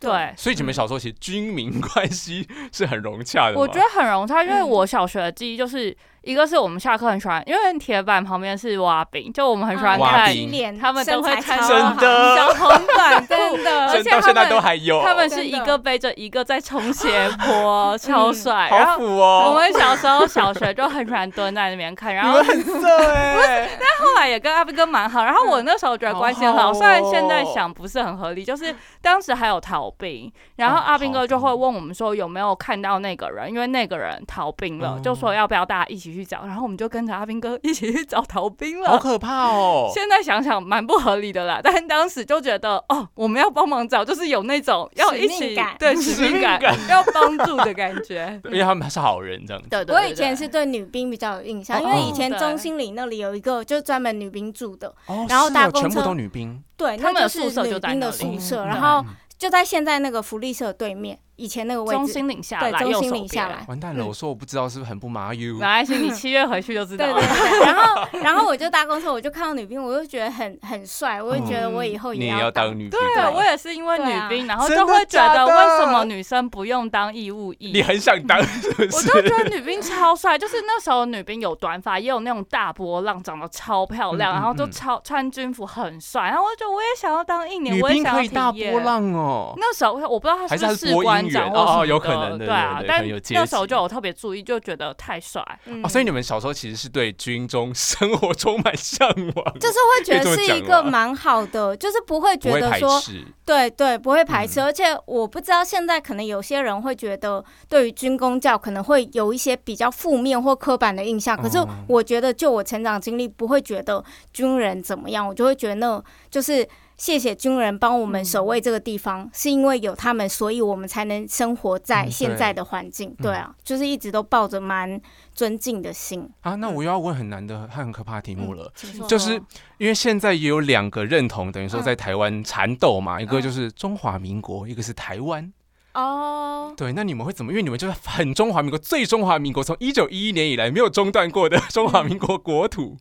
A: 对，
B: 所以你们小时候其实军民关系是很融洽的嘛。
A: 我觉得很融洽，因为
C: 嗯
A: 我小学的记忆就是一个是我们下课很喜欢，因为铁板旁边是挖饼，就我们很喜欢
B: 嗯挖
A: 看
B: 饼
C: 脸
A: 他们都会看
B: 真的
C: 小红短， <laughs> 真的
A: 而
B: 真
A: 且
B: 到现
A: 他
B: 在
A: 们
B: 都还有，
A: 他们是一个背着一个在冲斜坡，超帅。然
B: 好
A: 后
B: 腐
A: 我
B: 哦，
A: 们小时候小学就很喜欢蹲在那边
B: <laughs>
A: 看，然
B: 你
A: 后
B: 们很
A: <laughs>
B: 色哎，
A: 后来也跟阿飞哥蛮好。然后我那时候觉得关系很好，
B: 好好嗯哦
A: 虽然现在想不是很合理，就是当时还有逃兵，然后
B: 哦
A: 阿兵
B: 逃
A: 哥
B: 兵
A: 就会问我们说有没有看到那个人，因为那个人逃兵了，
B: 嗯
A: 就说要不要大家一起去找，然后我们就跟着阿兵哥一起去找逃兵
B: 好
A: 了。
B: 可怕哦。
A: 现在想想蛮不合理的啦， <laughs> 但当时就觉得哦，我们要帮忙找，就是有那种要一
C: 使
A: 起
C: 命感
B: <laughs>
A: 对使命感
B: 使命，。
A: 要帮助的感觉
B: <laughs> 啊因为他们是好人这样子，
A: 对对对
C: 我以前是对女兵比较有印象，因为以前
A: 哦
C: 中心里那里有一个就专门女兵住的，
B: 哦
C: 然后
B: 是
C: 搭
B: 哦
C: 公
B: 全部
C: 车
B: 都女兵，
C: 对，
A: 他们
C: 那
A: 的
C: 就是
A: 宿舍就
C: 女
A: 在
C: 兵的
A: 那里
C: 宿舍，
B: 哦
C: 然后
B: 嗯
C: 就在现在那个福利社对面，以前那个位
A: 中
C: 置。
A: 心岭下
C: 对
A: 来，
C: 中
A: 右
C: 心
A: 手
C: 岭下
A: 边
C: 来
B: 完蛋了，
C: 嗯
B: 我说我不知道是不是很不麻 U，
A: 没关系，你七月回去就知道
C: 对
A: 了。
C: 对
A: <laughs>
C: 对，然后然后我就搭公车，我就看到女兵，我就觉得很很帅，我就觉得我
A: 嗯
C: 以后
B: 你
C: 也
B: 也要
C: 当
B: 当。女兵，
A: 对我也是因为
C: 对啊
A: 女兵，然后
B: 真
A: 就
B: 的
A: 会觉
B: 假
A: 得
B: 的
A: 为什么女生不用当义务
B: 你
A: 役？
B: 很想当，
A: 嗯
B: 是不
A: 我就觉
B: 是？
A: 得女兵超帅，就是那时候女兵有短发，也有那种大波浪，长得超漂亮，
B: 嗯嗯
A: 然后就
B: 嗯
A: 超穿军服很帅，然后我就觉得我也想要当一年，
B: 女
A: 我也
B: 兵
A: 想
B: 可以
A: 要
B: 大
A: 体验
B: 波。浪哦，
A: 那时候我不知道他
B: 还是他
A: 不
B: 是
A: 士
B: 播
A: 官
B: 音
A: 长
B: 员
A: 或
B: 哦
A: 什
B: 哦
A: 么
B: 有可能对
A: 对啊
B: 对对，可
A: 但
B: 能有阶
A: 那时候
B: 级
A: 就有特别注意，就觉得太帅。
C: 嗯
B: 哦，所以你们小时候其实是对军中生活充满向往，
C: 就是会觉得是一
B: 可以这
C: 个
B: 么讲吗
C: 蛮好的，就是不会
B: 不
C: 觉
B: 会
C: 得
B: 排
C: 说，
B: 斥。
C: 对对，不会排
B: 嗯
C: 斥。而且我不知道现在可能有些人会觉得，对于军工教可能会有一些比较负面或刻板的印象。可是
B: 哦
C: 我觉得，就我成长经历，不会觉得军人怎么样，我就会觉得那就是。谢谢军人帮我
B: 嗯
C: 们守卫这个地方，是因为有他们，所以我们才能生活在
B: 嗯
C: 现在的环境。对啊，就是一直都抱着蛮尊敬的心。
B: 啊，那我又要问很难的和很可怕的题目了，
C: 请说
B: 就是因为现在也有两个认同，等于说
C: 嗯
B: 在台湾缠斗嘛，一个
C: 嗯
B: 就是中华民国，一个是台湾。
C: 哦，
B: 对，那你们会怎么？因为你们就是很中华民国，最中华民国，从一九一一年以来没有中断过的 <laughs> 中华民国国土。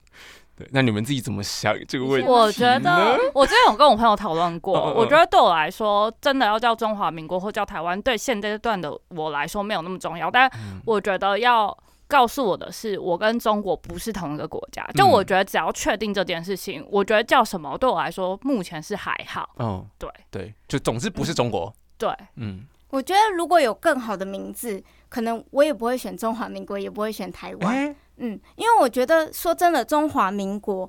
B: 对，那你们自己怎么想这个问题？
A: 我觉
B: 呢
A: 得，我之前有跟我朋友讨论过
B: 嗯嗯嗯嗯，
A: 我觉得对我来说，真的要叫中华民国或叫台湾，对现阶段的我来说没有那么重要。但
B: 嗯
A: 我觉得要告诉我的是，我跟中国不是同一个国家。就
B: 嗯
A: 我觉得只要确定这件事情，我觉得叫什么对我来说目前是还好。
B: 哦，
A: 对
B: 对，就总之不是中国。
A: 对，
B: 嗯，
C: 我觉得如果有更好的名字，可能我也不会选中华民国，也不会选台湾。
B: 哎、
C: 嗯，因为我觉得说真的，中华民国，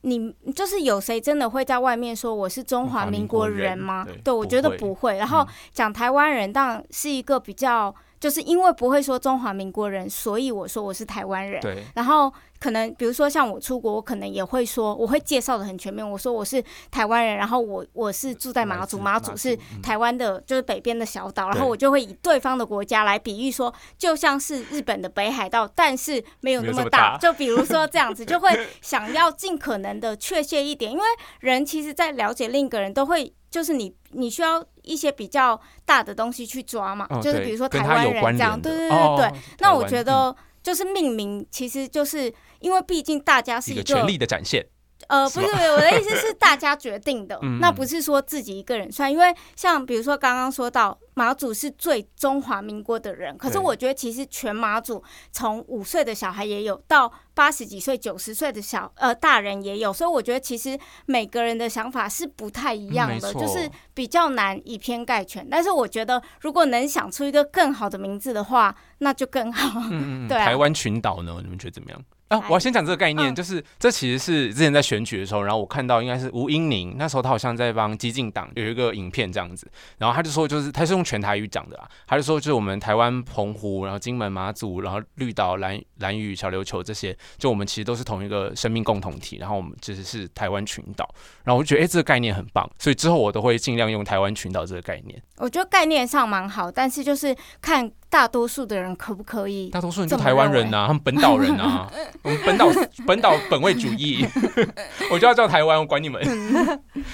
C: 你就是有谁真的会在外面说我是中华民国人吗？
B: 中华民国人对
C: 对，我觉得
B: 不会
C: 不
B: 嗯
C: 会。然后讲台湾人，当然是一个比较，就是因为不会说中华民国人，所以我说我是台湾人。
B: 对，
C: 然后可能比如说像我出国，我可能也会说，我会介绍的很全面。我说我是台湾人，然后我我是住在马祖，
B: 马
C: 马
B: 祖
C: 祖是
B: 嗯
C: 台湾的，就是北边的小岛。然后
B: 对
C: 我就会以对方的国家来比喻说，就像是日本的北海道，但是没有那
B: 没有这
C: 么
B: 么
C: 大。
B: 大
C: 就比如说这样子，就会想要尽可能的确切一点，因为人其实，在了解另一个人都会，就是你你需要一些比较大的东西去抓嘛，
B: 哦
C: 就是
B: 对
C: 比如说
B: 跟
C: 台
B: 他
C: 湾
B: 有
C: 人
B: 关
C: 这样，
B: 联的
C: 对对对
B: 哦
C: 对对。那
B: 台
C: 我
B: 湾
C: 觉
B: 嗯
C: 得就是命名，其实就是因为毕竟大家是
B: 一
C: 一
B: 个
C: 个
B: 权力的展现。
C: 呃，
B: 是
C: 不
B: 吧
C: 是不是我的意思是大家决定的
B: 嗯，
C: 那不是说自己一个人算。因为像比如说刚刚说到马祖是最中华民国的人，可是
B: 对
C: 我觉得其实全马祖从五岁的小孩也有到。八十几岁、九十岁的小呃大人也有，所以我觉得其实每个人的想法是不太一样的，
B: 嗯没错
C: 就是比较难以偏概全。但是我觉得如果能想出一个更好的名字的话，那就更好。 <laughs>
B: 嗯嗯嗯
C: 对啊
B: 台湾群岛呢？你们觉得怎么样？啊，
C: 台
B: 我要先讲这个概念，
C: 嗯
B: 就是这其实是之前在选举的时候，然后我看到应该是吴英宁，那时候他好像在帮激进党有一个影片这样子，然后他就说就是他是用全台语讲的啦，啊他就说就是我们台湾澎湖，然后金门、马祖，然后绿岛、蓝蓝屿、小琉球这些，就我们其实都是同一个生命共同体，然后我们其实是台湾群岛，然后我就觉得哎、诶这个概念很棒，所以之后我都会尽量用台湾群岛这个概念。
C: 我觉得概念上蛮好，但是就是看大多数的人可不可以。
B: 大多数人就台湾人呐、
C: 哎
B: 他们本岛人呐、
C: <laughs>
B: 我们本岛本岛本位主义， <laughs> 我就要叫台湾，我管你们。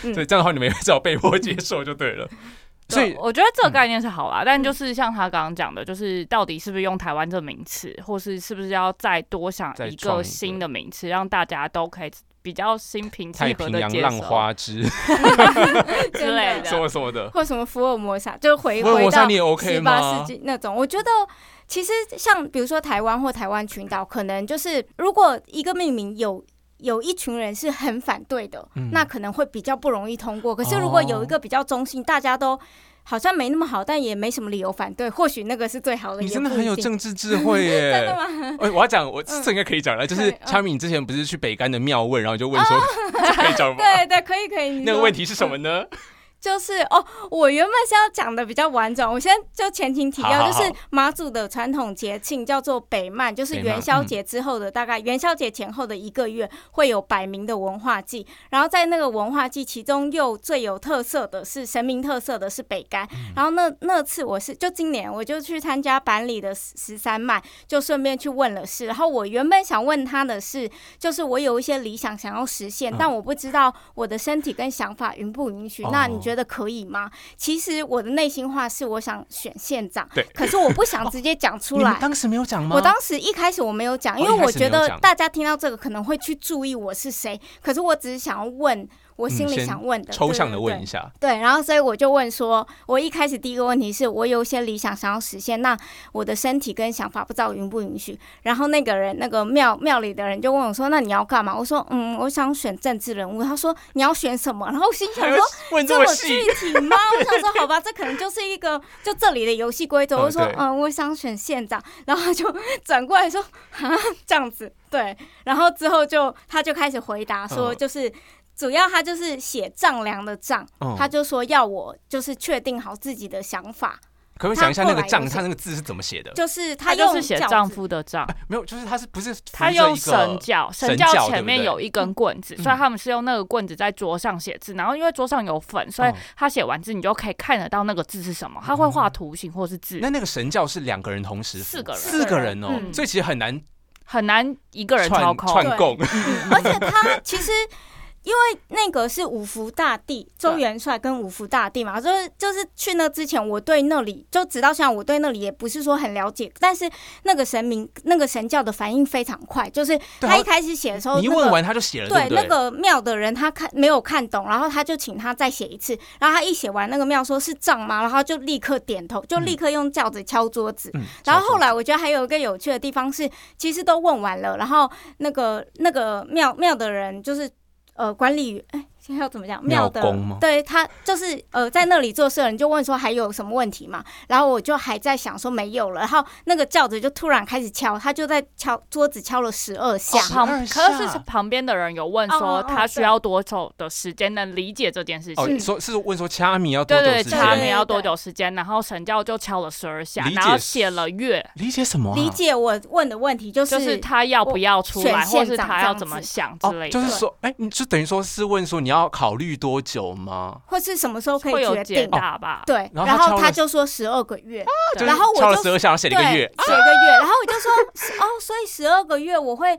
C: 嗯
B: <laughs> 所以这样的话，你们也只好被迫接受就对
C: <laughs>
B: 了。所
A: 对
B: 以，嗯
A: 我觉得这个概念是好啦，但就是像他刚刚讲的，就是到底是不是用台湾这名词，或是是不是要再多想
B: 再
A: 一
B: 创一
A: 个
B: 个
A: 新的名词，让大家都可以比较心平
B: 太
A: 气和
B: 平
A: 的
B: 洋
A: 接
B: 浪
A: 受。
B: 花之
A: <laughs> 之类的
B: 什么什么的，
C: 或什么福尔摩沙，就啊回
B: 福尔
C: 回
B: 摩沙
C: 到
B: 你也 OK
C: 十
B: 吗
C: 八世纪那种。我觉得其实像比如说台湾或台湾群岛，可能就是如果一个命名有。有一群人是很反对的，
B: 嗯哦
C: 那可能会比较不容易通过。可是如果有一个比较中性，大家都好像没那么好，但也没什么理由反对，或许那个是最好的。
B: 你
C: 也
B: 真的
C: 不
B: 很
C: 一
B: 有
C: 定
B: 政治智慧耶！
C: <laughs> 真的吗？
B: 哎、 <laughs> 我要讲，我
C: 嗯
B: 这应该可以讲了。就是
C: 可以嗯
B: Charmy，你之前不是去北干的庙问，然后你就问说，
C: <laughs>
B: 这可以讲吗？
C: 对对，可以可以。你
B: 那个
C: 说
B: 问题是什么呢？
C: 就是哦，我原本是要讲的比较完整，我先就前情提
B: 好
C: 要，
B: 好好
C: 就是马祖的传统节庆叫做北曼，就是
B: 北曼嗯
C: 元宵节之后的大概元宵节前后的一个月会有百名的文化祭，然后在那个文化祭其中又最有特色的是神明特色的是北干，然后那那次我是就今年我就去参加板里的十三麦，就顺便去问了事，然后我原本想问他的是，就是我有一些理想想要实现，
B: 嗯
C: 但我不知道我的身体跟想法允不允许。
B: 哦
C: 那你觉得可以吗？其实我的内心话是我想选县长
B: 对，
C: 可是我不想直接讲出
B: 你们
C: 来。
B: 当时没有讲吗？
C: 我当时一开始我没有讲，
B: 哦
C: 因为
B: 一开
C: 我
B: 始没
C: 觉
B: 有
C: 得
B: 讲
C: 大家听到这个可能会去注意我是谁，可是我只是想要问，我心
B: 嗯
C: 里
B: 先
C: 想问的，
B: 抽
C: 对
B: 象
C: 对
B: 的
C: 对
B: 问一下，
C: 对，然后所以我就问说，我一开始第一个问题是我有一些理想想要实现，那我的身体跟想法不知道允不允许。然后那个人，那个庙庙里的人就问我说，那你要干嘛？我说，嗯，我想选政治人物。他说你要选什么？然后我心想
B: 还会
C: 说。
B: 问
C: 这
B: 么
C: 么具
B: 细？
C: 体吗？我想说，好吧，这可能就是一个就这里的游戏规则。
B: 嗯
C: 我说
B: 对，
C: 嗯，我想选县长，然后他就 <laughs> 转过来说，啊，这样子，对。然后之后就他就开始回答说，
B: 嗯
C: 就是主要他就是写丈量的丈，
B: 嗯
C: 他就说要我就是确定好自己的想法，
B: 可不可以讲一下那个
C: 他后来
B: 账，
C: 有写
B: 他那个字是怎么写的？
C: 就是
A: 他
C: 他
A: 就
C: 用
A: 是写
C: 饺子
A: 丈夫的丈，
B: 没有，就是他是不是
A: 他
B: 扶着
A: 用
B: 啊一
A: 神
B: 个
A: 教，神
B: 神
A: 教
B: 教对
A: 前
B: 不
A: 面
B: 对
A: 有一根棍子，
B: 嗯
A: 所以他们是用那个棍子在桌上写字。然后因为桌上有粉，所以
B: 嗯
A: 他写完字你就可以看得到那个字是什么。他会画图形或是字
B: 哦那，那个神教是两个人同时扶
A: 四个人
B: 四个人哦，
A: 嗯
B: 所以其实很难
A: 很难一个人操
B: 串
A: 控。
B: 串供。
C: 而且他其实。因为那个是五福大帝周元帅跟五福大帝嘛，就是就是去那之前，我对那里就直到现在，我对那里也不是说很了解。但是那个神明、那个神教的反应非常快，就是
B: 对
C: 他
B: 啊
C: 一开始写的时候，
B: 你一
C: 那
B: 问
C: 个
B: 完他就写了，
C: 对
B: 不
C: 那
B: 对？
C: 个庙的人他看没有看懂，然后他就请他再写一次，然后他一写完，那个庙说是账吗？然后他就立刻点头，就立刻用轿子敲桌子。
B: 嗯
C: 然后后来我觉得还有一个有趣的地方是，其实都问完了，然后那个那个庙庙的人就是呃管理员，哎，现在要怎么讲？
B: 庙
C: 庙的
B: 公吗
C: 对他就是呃在那里做事的人就问说还有什么问题嘛，然后我就还在想说没有了，然后那个轿子就突然开始敲，他就在敲桌子敲了十二下。
B: 哦
A: 旁
B: 12
A: 可是
B: 下
A: 是旁边的人有问
C: 哦
A: 说
C: 哦哦
A: 他需要多久的时间能理解这件事情？
B: 哦，
C: 嗯
B: 说是问说掐米要多
A: 对
B: 久
A: 对，
B: 时
A: 对他
B: 间
A: 们
C: 对？
A: 要多久时间？然后神教就敲了十二下
B: 理，解
A: 然后写了月，
B: 理解什么啊？
C: 理解我问的问题就
A: 就是
C: 是
A: 他要不要出来，
C: 选
A: 或
C: 县
A: 是
C: 长
A: 他
C: 这
A: 要
C: 样
A: 怎么
C: 子
A: 想之
B: 哦，
A: 类
B: 就
A: 的。
B: 是说，哎，你就等于说是问说你要考虑多久吗？
C: 或是什么时候可
A: 会
C: 以
A: 有
C: 决
A: 解
C: 定。
A: 答吧？
C: 对，
B: 然后他
C: 然
B: 敲
C: 后
B: 了
C: 他就说十二个月，
A: 对
C: 然后我
B: 敲了
C: 就
B: 十二下，然后写了一个
C: 对
B: 月，
C: 写一个月，然后我就说是哦，所以十二个月我会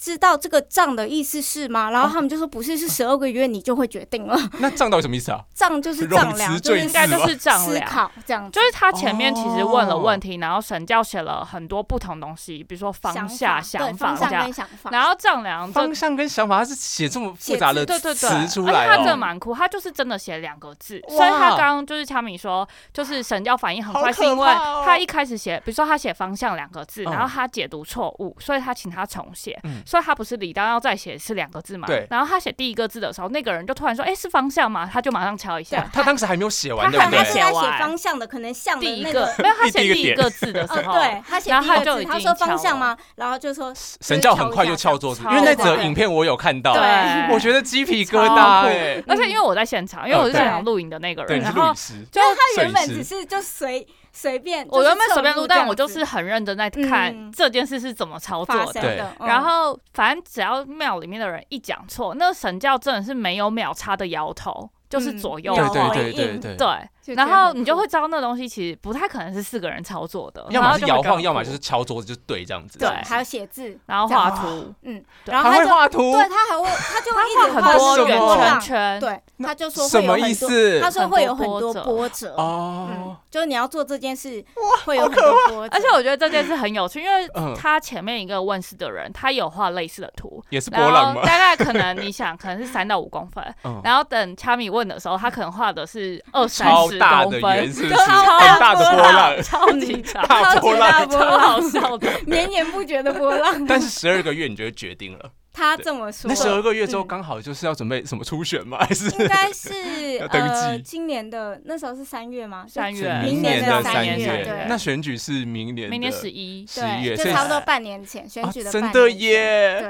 C: 知道这个账的意思是吗？然后他们就说不是，是十二个月你就会决定了， <laughs>
B: 那账到底什么意思啊？
C: 账就是
B: 融
C: 丈量，
B: 资
C: 就是
B: 坠
A: 应该
B: 是
A: 就
B: 吧
A: 是丈
C: 思
A: 量。
C: 考这样子
A: 就。是他前面其实问了问
C: 哦
A: 题，然后神教写了很多不同东西，比如说方
C: 法
A: 下、
C: 对
A: 想
C: 方
A: 这
C: 向
A: 样
C: 跟。想法，
A: 然后丈量这
B: 方向跟想法，他是写这么复
C: 写
B: 杂
A: 对
B: 的
A: 对对对，
B: 呃词
A: 而
B: 出
A: 且他
B: 来
A: 真的
B: 哦。
A: 蛮酷，他就是真的写两个字，
B: 哇
A: 所以他刚刚就是乔米说，就是神教反应很快，
B: 好可怕
A: 是因为
B: 哦
A: 他一开始写，比如说他写方向两个字，
B: 嗯
A: 然后他解读错误，所以他请他重写
B: 嗯，
A: 所以他不是理当要再写是两个字嘛
B: 对？
A: 然后他写第一个字的时候，那个人就突然说，哎，是方向吗？他就马上敲一
B: 哇
A: 下，
B: 他当时还没有写完，
A: 他
B: 对不
C: 他
A: 还没
C: 是
B: 对？
C: 在
A: 写
C: 写
A: 完
C: 方向的，可能像
A: 第
C: 的
A: 一
C: 哦那
A: 个
C: 个。
A: 没有，他写
B: <laughs> 第一个
A: 第一
B: 点
A: 个字的时
C: 哦，
A: 候，
C: 对他写
A: 然
C: 第
A: 后他
C: 一
A: 就
C: 个字，
A: 已
C: 他
A: 经
C: 说
A: 敲
C: 方向
A: 了
C: 吗？然后就说
B: 神教很快就敲桌子，因为那则影片我有看到，
A: 对
B: 我觉得鸡皮疙瘩哎。
A: 而且
C: 嗯
A: 因为我在现场，因为我是
B: 哦对
A: 现场录影的那个
B: 对，
A: 人，
B: 你是
A: 然
B: 录
A: 后
B: 影师，
A: 就
C: 他原本
B: 摄影
C: 只
B: 师
C: 是就随随便，
A: 我
C: 就是
A: 原本随便
C: 侧
A: 录，
C: 这样
A: 但我
C: 子
A: 就是很认真在看
C: 嗯
A: 这件事是怎么操
C: 发
A: 作
C: 生
A: 的。
B: 对
C: 的。嗯
A: 然后，反正只要庙里面的人一讲错，那神教真的是没有秒差的摇头，就是左右
B: 嗯
C: 有
B: 对
A: 晃
B: 对
C: 回
B: 对对
C: 应
B: 对
A: 对，然后你就会知道那东西其实不太可能是四个人操作的，
B: 要么是
A: 然后
B: 摇
A: 就会
B: 晃，
A: 更
B: 要么就是啊敲桌子，就对这样子。
C: 对
B: 是不，是
C: 还有写字，
A: 然后画图，
C: 嗯，
A: 对
C: 然后
B: 还
C: 他
B: 会
C: 就
B: 画图，
C: 对他还 <laughs> 会，他就会一直
A: 很
C: 画
A: 多
C: 很
A: 圆
C: 波
A: 圈
B: 啊
C: 浪，
A: 圈，
C: 对，他就说
B: 什
C: 会有
B: 么
C: 很
B: 意
C: 多，
B: 思？
C: 他说会有很
A: 很
C: 多
A: 多
C: 波折，嗯
B: 哦，，
C: 就是你要做这件事会有很多波折，
A: 而且我觉得这件事很有趣，因为
B: <laughs> 嗯，
A: 他前面一个问世的人，他有画类似的图，
B: 也是波
A: 然
B: 浪
A: 后
B: 嘛。
A: 大概可能你想，可能是三到五公分，
B: 嗯，
A: 然后等掐米问的时候，他可能画的是二三
B: 超
A: 十
B: 大
A: 公
B: 的圆
A: 分，
B: 是不是？很大的波浪，
A: 超
B: <laughs>
A: 级长，
B: 大波
C: 超
B: 浪
C: 级。
A: 超
B: <laughs>
A: 好笑的。
C: 绵延不绝的波浪。
B: 但是十二个月你就会决定了，
C: 他这么说，
B: 那十二个月之后
C: 嗯
B: 刚好就是要准备什么初选吗？还是
C: <laughs> 应该是
B: <laughs> 要登
C: 呃
B: 记
C: 今年的那时候是三月吗？
A: <laughs> 三
C: 就
A: 月
B: 明
C: 年
B: 的
C: 三
B: 月？
C: 月对
B: 那选举是明年
A: <laughs>
B: 的
A: 明年十一， <laughs>
B: 十一月，
C: 对，
B: 所
C: 就
B: 以
C: 差不多半年前选
B: 啊
C: 举的半
B: 真
C: 年
B: 的
C: 前。
B: 耶，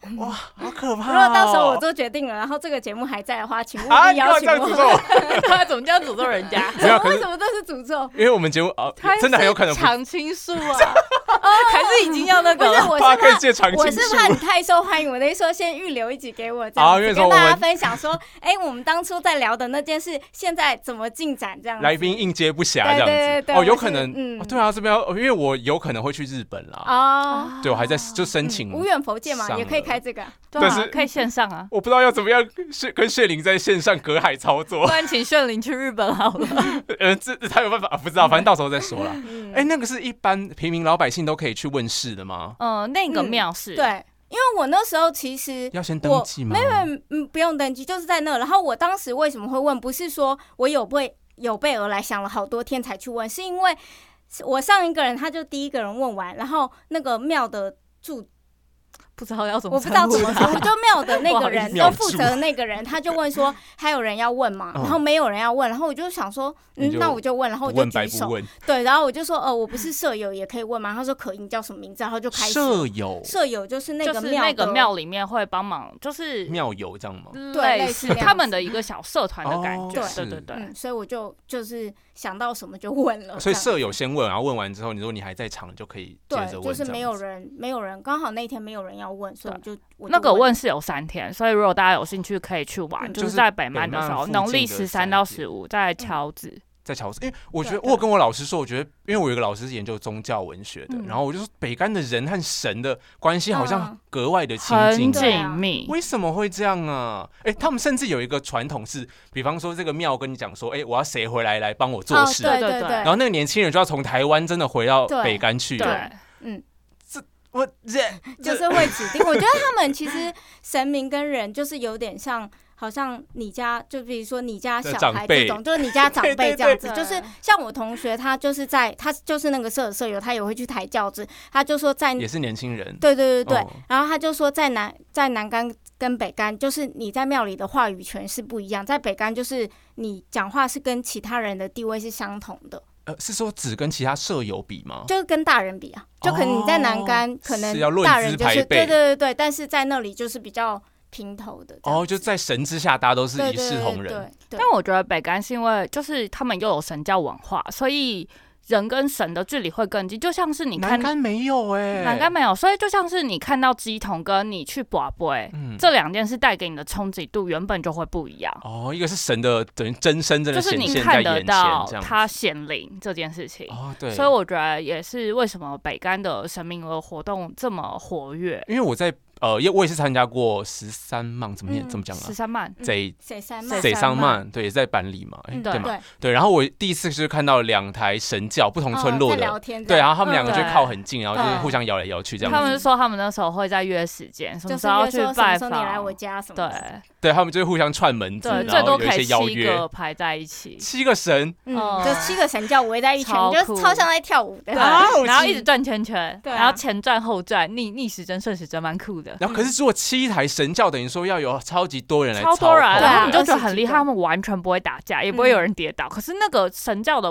C: 对，
B: 好可怕哦。
C: 如果到时候我做决定了，然后这个节目还在的话，请务
B: 啊，
C: 必
B: 你不要
C: 邀
B: 这
C: 请
B: 样诅
C: 我。<laughs>
B: 咒我，
A: 他怎么这样诅咒人家？
B: 没有，可
C: 为
B: 是
C: 什么都是诅咒？
B: 因为我们节目啊，真的很有可能不
A: 常青树啊，还是已经要那
C: 不
A: 个
C: 是，
A: 了？
C: 我
B: <laughs> 八
C: 是
B: K
C: 怕。
B: 界常
C: 我
B: 青
C: 是
B: 树
C: 怕你太受欢迎，我那时候先预留一集给我，这
B: 啊
C: 样
B: 因
C: 子跟
B: 为说我
C: 大家
B: 们
C: 分享
B: <laughs>
C: 说，哎，我们当初在聊的那件事，现在怎么进展这样子？
B: 来宾应接不暇
C: 对对
B: 这样
C: 对
B: 子。
C: 对
B: 哦，
C: 我
B: 有
C: 是
B: 可能，
C: 嗯
B: 哦对啊，这边要，因为我有可能会去日本啦。
C: 哦，
B: 对，我还在就申请
C: 嗯无远佛界嘛，
B: 上
C: 也可以
B: 了
C: 开这个啊。
A: 对
B: 但是
A: 啊，可以线上啊。
B: 我不知道要怎么样是跟谢玲在线上隔海操
A: 不
C: <laughs>
B: 作，
A: 然请炫灵去日本好了。
B: 呃，这他有办法、啊不知道，反正到时候再说啦。
C: 嗯
B: 哎、那个是一般平民老百姓都可以去问世的吗？
A: <laughs> 嗯，那个庙是，
C: 对，因为我那时候其实
B: 要先登
C: 我
B: 记吗？
C: 没有，嗯嗯，不用登记，就是在那。然后我当时为什么会问？不是说我有备有备而来，想了好多天才去问，是因为是我上一个人他就第一个人问完，然后那个庙的住
A: 不知道要怎么
C: 我不知道
A: 称呼
C: 怎么
A: 他
C: 说，就庙
B: <laughs>
C: 的那
A: 不
C: 个
A: 好意思
C: 人，
B: 庙
C: 都
B: 祝
C: 负责的那个人，他就问
B: <laughs>
C: 说还有人要问吗？
B: 嗯
C: 然后没有人要问，然后我就想说，
B: 你
C: 嗯
B: 就，
C: 那我就问，然
B: 不
C: 后我就
B: 问白
C: 举
B: 不
C: 手，
B: 问。
C: 对，然后我就说，呃，我不是舍友也可以问吗？他说可以，你叫什么名字？然后就开始
B: 舍友、
C: 舍友就是那
A: 就
C: 个
A: 是
C: 庙
A: 那个
C: 的
A: 庙里面会帮忙，就是
B: 庙友这样吗？
C: 对
A: 类
C: 类
A: 似
C: 似那
A: 他
C: 样
A: 们
C: 子
A: 的一个小社团的感
B: 哦
A: 觉，
B: 是
A: 对对对
C: 嗯，所以我就就是想到什么就问了，
B: 哦所以
C: 这样
B: 舍友先问，然后问完之后，你如果你还在场，你就可以接
C: 对，
B: 着问。
C: 就是
B: 这样
C: 没有
B: 子
C: 人，没有人，刚好那一天没有人要问，所以我就我就
A: 那个
C: 问
A: 问，是有三天，所以如果大家有兴趣可以去玩，
C: 嗯
A: 就
B: 就是是
A: 在北
B: 北
A: 曼的嗯
B: 曼
A: 时候，
B: 附
A: 农
B: 近
A: 历
B: 的
A: 十
B: 三
A: 三到
B: 天
A: 十五在乔治，
B: 在桥上，因为我觉
C: 对
B: 得我有跟我老师说，我觉得因为我有一个老师是研究宗教文学的，
A: 嗯
B: 然后我就说北干的人和神的关系好像
C: 嗯
B: 格外的亲
A: 很
B: 近，
C: 对
A: 紧
C: 啊
A: 密，
B: 为什么会这样啊？哎、他们甚至有一个传统是，比方说这个庙跟你讲说，哎、我要谁回来来帮我做
C: 哦
B: 事，
C: 对
A: 对
C: 对
A: 对
B: 然后那个年轻人就要从台湾真的回到
C: 对
B: 北干去
A: 对
B: 了。我这
C: 就是会指定。我觉得他们其实神明跟人就是有点像。好像你家就比如说你家
B: 的
C: 小
B: 长
C: 孩
B: 辈
C: 这种，就是你家长
B: 对对
C: 辈这样子，
A: 对
C: 就是像我同学，他就是在他就是那个社的舍友，他也会去抬轿子，他就说在
B: 也是年轻人，
C: 对对对对，
B: 哦
C: 然后他就说在南在南干跟北干，就是你在庙里的话语权是不一样，在北干就是你讲话是跟其他人的地位是相同的，
B: 呃，是说只跟其他舍友比吗？
C: 就是跟大人比啊，就可能你在南干、可能
B: 哦是要论
C: 大人
B: 资
C: 就
B: 排
C: 是
B: 辈
C: 对对对对，但是在那里就是比较平头的这样
B: 哦，就在神之下，大家都是
C: 对
B: 一视同仁。，
C: 对对对
A: 但我觉得北干是因为就是他们又有神教文化，所以人跟神的距离会更近，就像是你看
B: 南干没有哎、
A: 南干没有，所以就像是你看到鸡桶跟你去拔杯。
B: 嗯
A: 这两件事带给你的冲击度原本就会不一样，
B: 哦，一个是神的等于真身真
A: 就
B: 的
A: 是
B: 显
A: 你
B: 现
A: 看
B: 在
A: 得
B: 眼前，
A: 到
B: 这样
A: 他显灵这件事情。
B: 哦，对，
A: 所以我觉得也是为什么北干的神明的活动这么活跃，
B: 因为我在呃，也我也是参加过十三曼，怎么念、
C: 嗯
B: 怎么讲啊
A: 十？三万
C: 嗯
B: 贼
C: 谁三
A: 谁
C: 曼
B: 贼
C: 三
B: 桑曼，对，也在板里嘛，哎
A: 嗯
B: 对嘛，
C: 对，
B: 对。然后我第一次是看到两台神教不同村
C: 哦
B: 落
C: 在聊
B: 的，
C: 天这
B: 对，
C: 样，
B: 啊然后他们两
A: 嗯
B: 个就
A: 对
B: 靠很近，然后就是
C: 嗯
B: 互相摇来摇去这
A: 他
B: 样
A: 们
B: 子。
A: 就说他们那时候会在约时间，什
C: 就
A: 么
C: 是
A: 时候
C: 约
A: 要去
C: 说什么
A: 拜
C: 时
A: 访，
C: 候你来我家什么
A: 对
C: 的，
B: 对他们就是互相串门子，
A: 对，
C: 嗯
A: 最
B: 然
A: 多
B: 后有一
A: 可
B: 些
A: 以
B: 邀
A: 七
B: 约
A: 个。排在一起，
B: 七个神
A: 哦
C: 嗯，就七个神教围在一群，
A: 超
C: 就是
A: 酷
C: 超像在跳舞
A: 对，，
C: 的
B: 好
A: 然后一
B: 奇
A: 直转圈圈，
C: 对啊
A: 然后前转后转，逆逆时针顺时针，蛮酷的。
B: <laughs> 然后可是如果七台神教，等于说要有超级多人来
A: 超
B: 操
A: 多人，
B: 控
C: 对啊
A: 然后你就觉得很厉害，
C: 20几个嗯
A: 他们完全不会打架，也不会有人跌倒。可是那个神教的，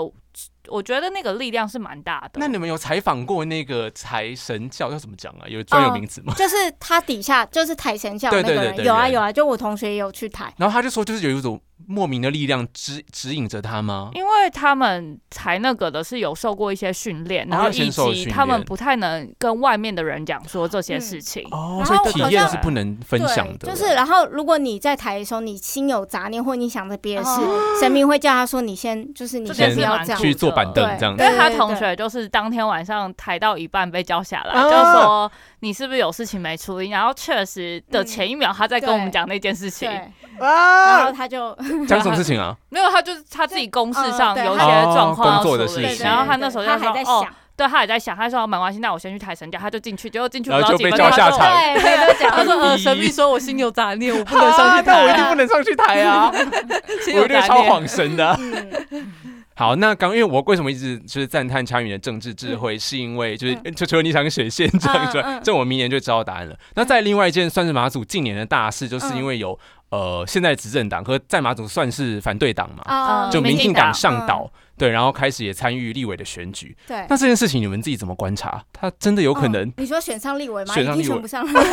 A: 我觉得那个力量是蛮大的。
B: 那你们有采访过那个财神教要怎么讲啊？有专有名词吗？
C: 就是他底下就是抬神教
B: 对
C: 那
B: 对
C: 个
B: 对
C: 人，
B: 对
C: 有啊
B: 对
C: 有啊，就我同学也有去抬，
B: 然后他就说，就是有一种莫名的力量指指引着他吗？
A: 因为他们才那个的是有受过一些训练，
B: 哦
A: 然后
B: 要先
A: 以
B: 受
A: 及
B: 训
A: 他们
B: 练
A: 不太能跟外面的人讲说这
C: 嗯
A: 些事情。
B: 哦，
C: 然
B: 所以
C: 后
B: 体
C: 好
B: 验
A: 像
B: 是不能分享的，
C: 对就是然后如果你在台的时候，你心有杂念或你想着别的事，
A: 哦
C: 神明会叫他说你先，就是你
A: 这
C: 先
A: 件事
C: 不要
A: 蛮
C: 这
A: 酷。
C: 样
B: 去坐板凳
C: 对
B: 这样子
A: 因。为他
C: 对对
A: 同
C: 对
A: 学就是当天晚上抬到一半被叫下来，
C: 哦
B: 啊
A: 就说你是不是有事情没处理？然后确实的前一秒他在跟我们
C: 嗯对
A: 讲那件事情，
C: 对，然后
B: 啊，
C: 他就
B: 讲什么事情啊？
A: 没有他就是他自己公事
C: 嗯
A: 上
C: 对
A: 有一
C: 他
A: 些
B: 哦
A: 状况
B: 工
A: 要
B: 作的
A: 处
B: 事
A: 理
B: 情
A: 然后他那时候
C: 他
A: 就
C: 还
A: 说
C: 在
A: 哦
C: 想，，
A: 对他也在想，他说哦没关系，那我先去抬神轿，他就进去，结果进去不
B: 然
A: 知
B: 后
A: 道
B: 就
A: 几
B: 被
A: 分钟他
B: 叫下
A: 就
B: 场
C: 对，没得讲， <laughs>
D: 他说：“呃，
B: 咦
D: 神秘说我心有杂念，我不能
B: <laughs>
D: 上去
B: 但我一
D: 台
B: 定
D: 啊，
B: 不能上去台啊，
D: 心
B: 我
D: 有
B: 一定
D: 杂
B: 超
D: 念。
B: 晃神的啊。
C: 嗯，
B: 好，那刚因为我为什么一直就是赞叹茶语的政治智慧，是因为就是就除了你想选县长之
C: 嗯嗯嗯
B: 外，
C: 嗯
B: 这我明年就知道答案了。那在另外一件算是马祖近年的大
C: 嗯
B: 事，就是因为有呃现在的执政党和在马祖算是反对党嘛，
C: 哦，
B: 就
A: 民
B: 民
A: 呃进
B: 进
A: 党
B: 党上
C: 嗯
B: 岛，对，然后开始也参与立委的选举。
C: 对，
B: 那这件事情你们自己怎么观察？他真的有可能
C: 嗯？你说选上立委吗？
B: 选
C: 一
B: 上
C: 定
B: 立委
C: 选不上，开 <laughs> 玩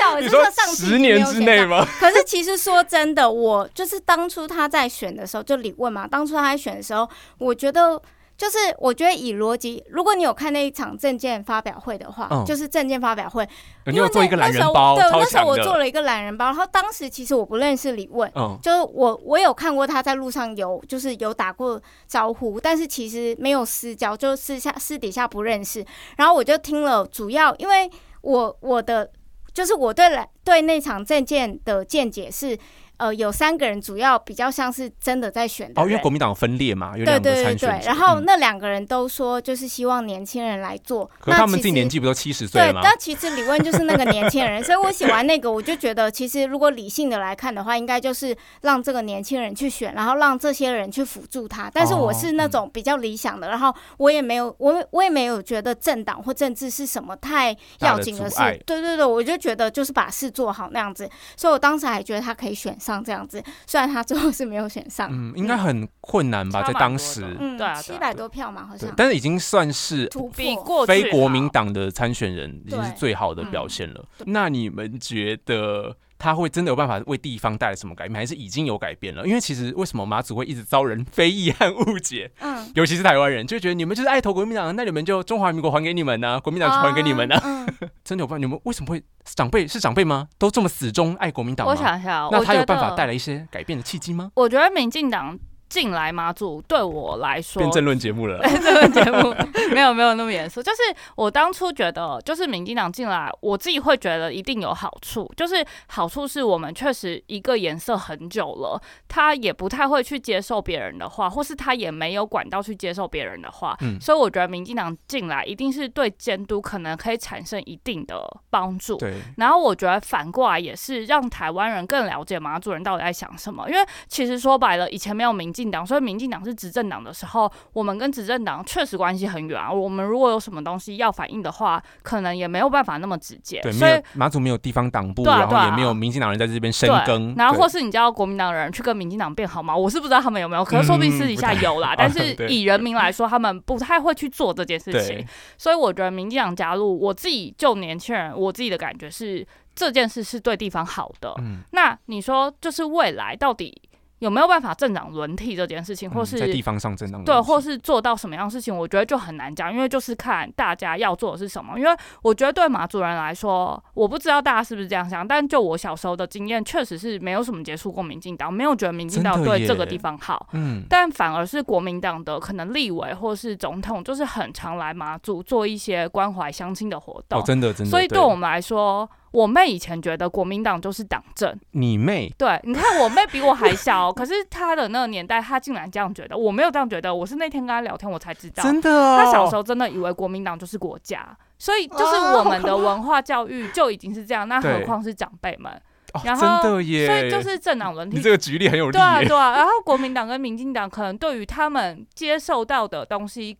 C: 笑，我
B: 你
C: 是
B: 说
C: 说上次
B: 十年之
C: 没有
B: 内
C: 选上。
B: 吗？
C: 可是其实说真的，我就是当初他在选的时候，就李问嘛，当初他在选的时候，我觉得。就是我觉得以逻辑，如果你有看那一场证件发表会的话，
B: 嗯
C: 就是证件发表会，
B: 哦 <laughs> 你
C: 因为
B: 有做一
C: 那
B: 个懒
C: 那
B: 人
C: 时候
B: 包，
C: 对，
B: 超
C: 那时候
B: 强
C: 我做
B: 的。
C: 了一个懒人包，然后当时其实我不认识李问，
B: 嗯，
C: 就是我我有看过他在路上有就是有打过招呼，但是其实没有私交，就私下私底下不认识。然后我就听了，主要因为我我的就是我对来对那场证件的见解是，呃，有三个人主要比较像是真的在选的
B: 哦，因
C: 人。
B: 为国民党有分裂嘛，
C: 对
B: 有两个
C: 对对
B: 参选
C: 对
B: 者，，
C: 然后
B: 嗯
C: 那两个人都说，就是希望年轻人来做。
B: 可
C: 那
B: 他们
C: 其
B: 自己
C: 实
B: 年纪不都七十岁
C: 对
B: 了，吗？
C: 但其实李问就是那个年轻
B: <laughs>
C: 人，所以我喜欢那个，我就觉得其实如果理性的来看的话，应该就是让这个年轻人去选，然后让这些人去辅助他。但是我是那种比较理想的，然后我也没有，我我也没有觉得政党或政治是什么太要紧
B: 大
C: 的
B: 的阻
C: 事
B: 碍。
C: 对对对，我就觉得就是把事做好那样子，所以我当时还觉得他可以选上这样子，虽然他最后是没有选上，
B: 嗯，应该很困难吧，
A: 差
B: 在
A: 蛮
B: 当
A: 多
B: 时
A: 的，
C: 嗯
A: 对啊对啊，
C: 七百多票嘛，好
B: 对
C: 像，
B: 但是已经算是
C: 突破
B: <laughs>
A: 比过去
B: 非国民
A: 好嗯
B: 党的参选人，已经是
C: 对
B: 最好的表现了。那你们觉得他会真的有办法为地方带来什么改变，还是已经有改变了？因为其实为什么马祖会一直遭人非议和误解，
C: 嗯，
B: 尤其是台湾人，就觉得你们就是爱投国民党，那你们就中华民国还给你们呐、啊国民党还给你们呐、
C: 啊嗯
B: 真的有办法？你们为什么会长辈是长辈吗？都这么死忠爱国民党吗？
A: 我想一下，
B: 那
A: 我
B: 他
A: 觉
B: 有
A: 得
B: 办法带来一些改变的契机吗？
A: 我觉得民进党进来马祖对我来说，
B: 变政论节
A: <laughs>
B: 目了，
A: 这个节目没有没有那么严肃。就是我当初觉得，就是民进党进来，我自己会觉得一定有好处。就是好处是我们确实一个颜色很久了，他也不太会去接受别人的话，或是他也没有管道去接受别人的话。
B: 嗯
A: 所以我觉得民进党进来一定是对监督可能可以产生一定的帮助。
B: 对，
A: 然后我觉得反过来也是让台湾人更了解马主人到底在想什么，因为其实说白了，以前没有民进党，所以民进党是执政党的时候，我们跟执政党确实关系很远啊。我们如果有什么东西要反映的话，可能也没有办法那么直接
B: 对，，
A: 所
B: 没
A: 以
B: 有。马祖没有地方党部，
A: 对啊
B: 然
A: 对
B: 后
A: 啊
B: 也没有民进党人在这边深耕
A: 对，，然后
B: 嗯对
A: 或是你叫国民党的人去跟民进党变好吗？我是不知道他们有没有，可能说不定私底下有
B: <laughs>
A: 啦。
B: 嗯不太
A: 但
B: 对
A: 是以人民来说，他们不太会去做这件事情
B: 对。
A: 所以我觉得民进党加入，我自己就年轻人，我自己的感觉是这件事是对地方好的。
B: 嗯
A: 那你说，就是未来到底有没有办法政党轮替这件事情，或
B: 嗯
A: 是、
B: 在地方上震荡的
A: 对，
B: 问题，
A: 或是做到什么样的事情，我觉得就很难讲，因为就是看大家要做的是什么。因为我觉得对马主人来说，我不知道大家是不是这样想，但就我小时候的经验，确实是没有什么接触过民进党，没有觉得民进党
B: 真的耶
A: 对这个地方好。
B: 嗯，
A: 但反而是国民党的可能立委或是总统，就是很常来马祖做一些关怀乡亲的活动
B: 哦，，真的真的，
A: 所以对我们来说，我妹以前觉得国民党就是党政，
B: 你妹
A: 对，你看我妹比我还小、可是她的那个年代，她竟然这样觉得，我没有这样觉得，我是那天跟她聊天我才知道，
B: 真的哦，
A: 啊她小时候真的以为国民党就是国家，所以就是我们的文化教育就已经是这样，那何
B: 对
A: 况是长辈们，
B: 哦
A: 然
B: 真
A: 后
B: 的耶，
A: 所以就是政党轮
B: 你
A: 替。
B: 这个举例很有力
A: 对啊，
B: 耶，
A: 对啊，然后国民党跟民进党可能对于他们接受到的东西，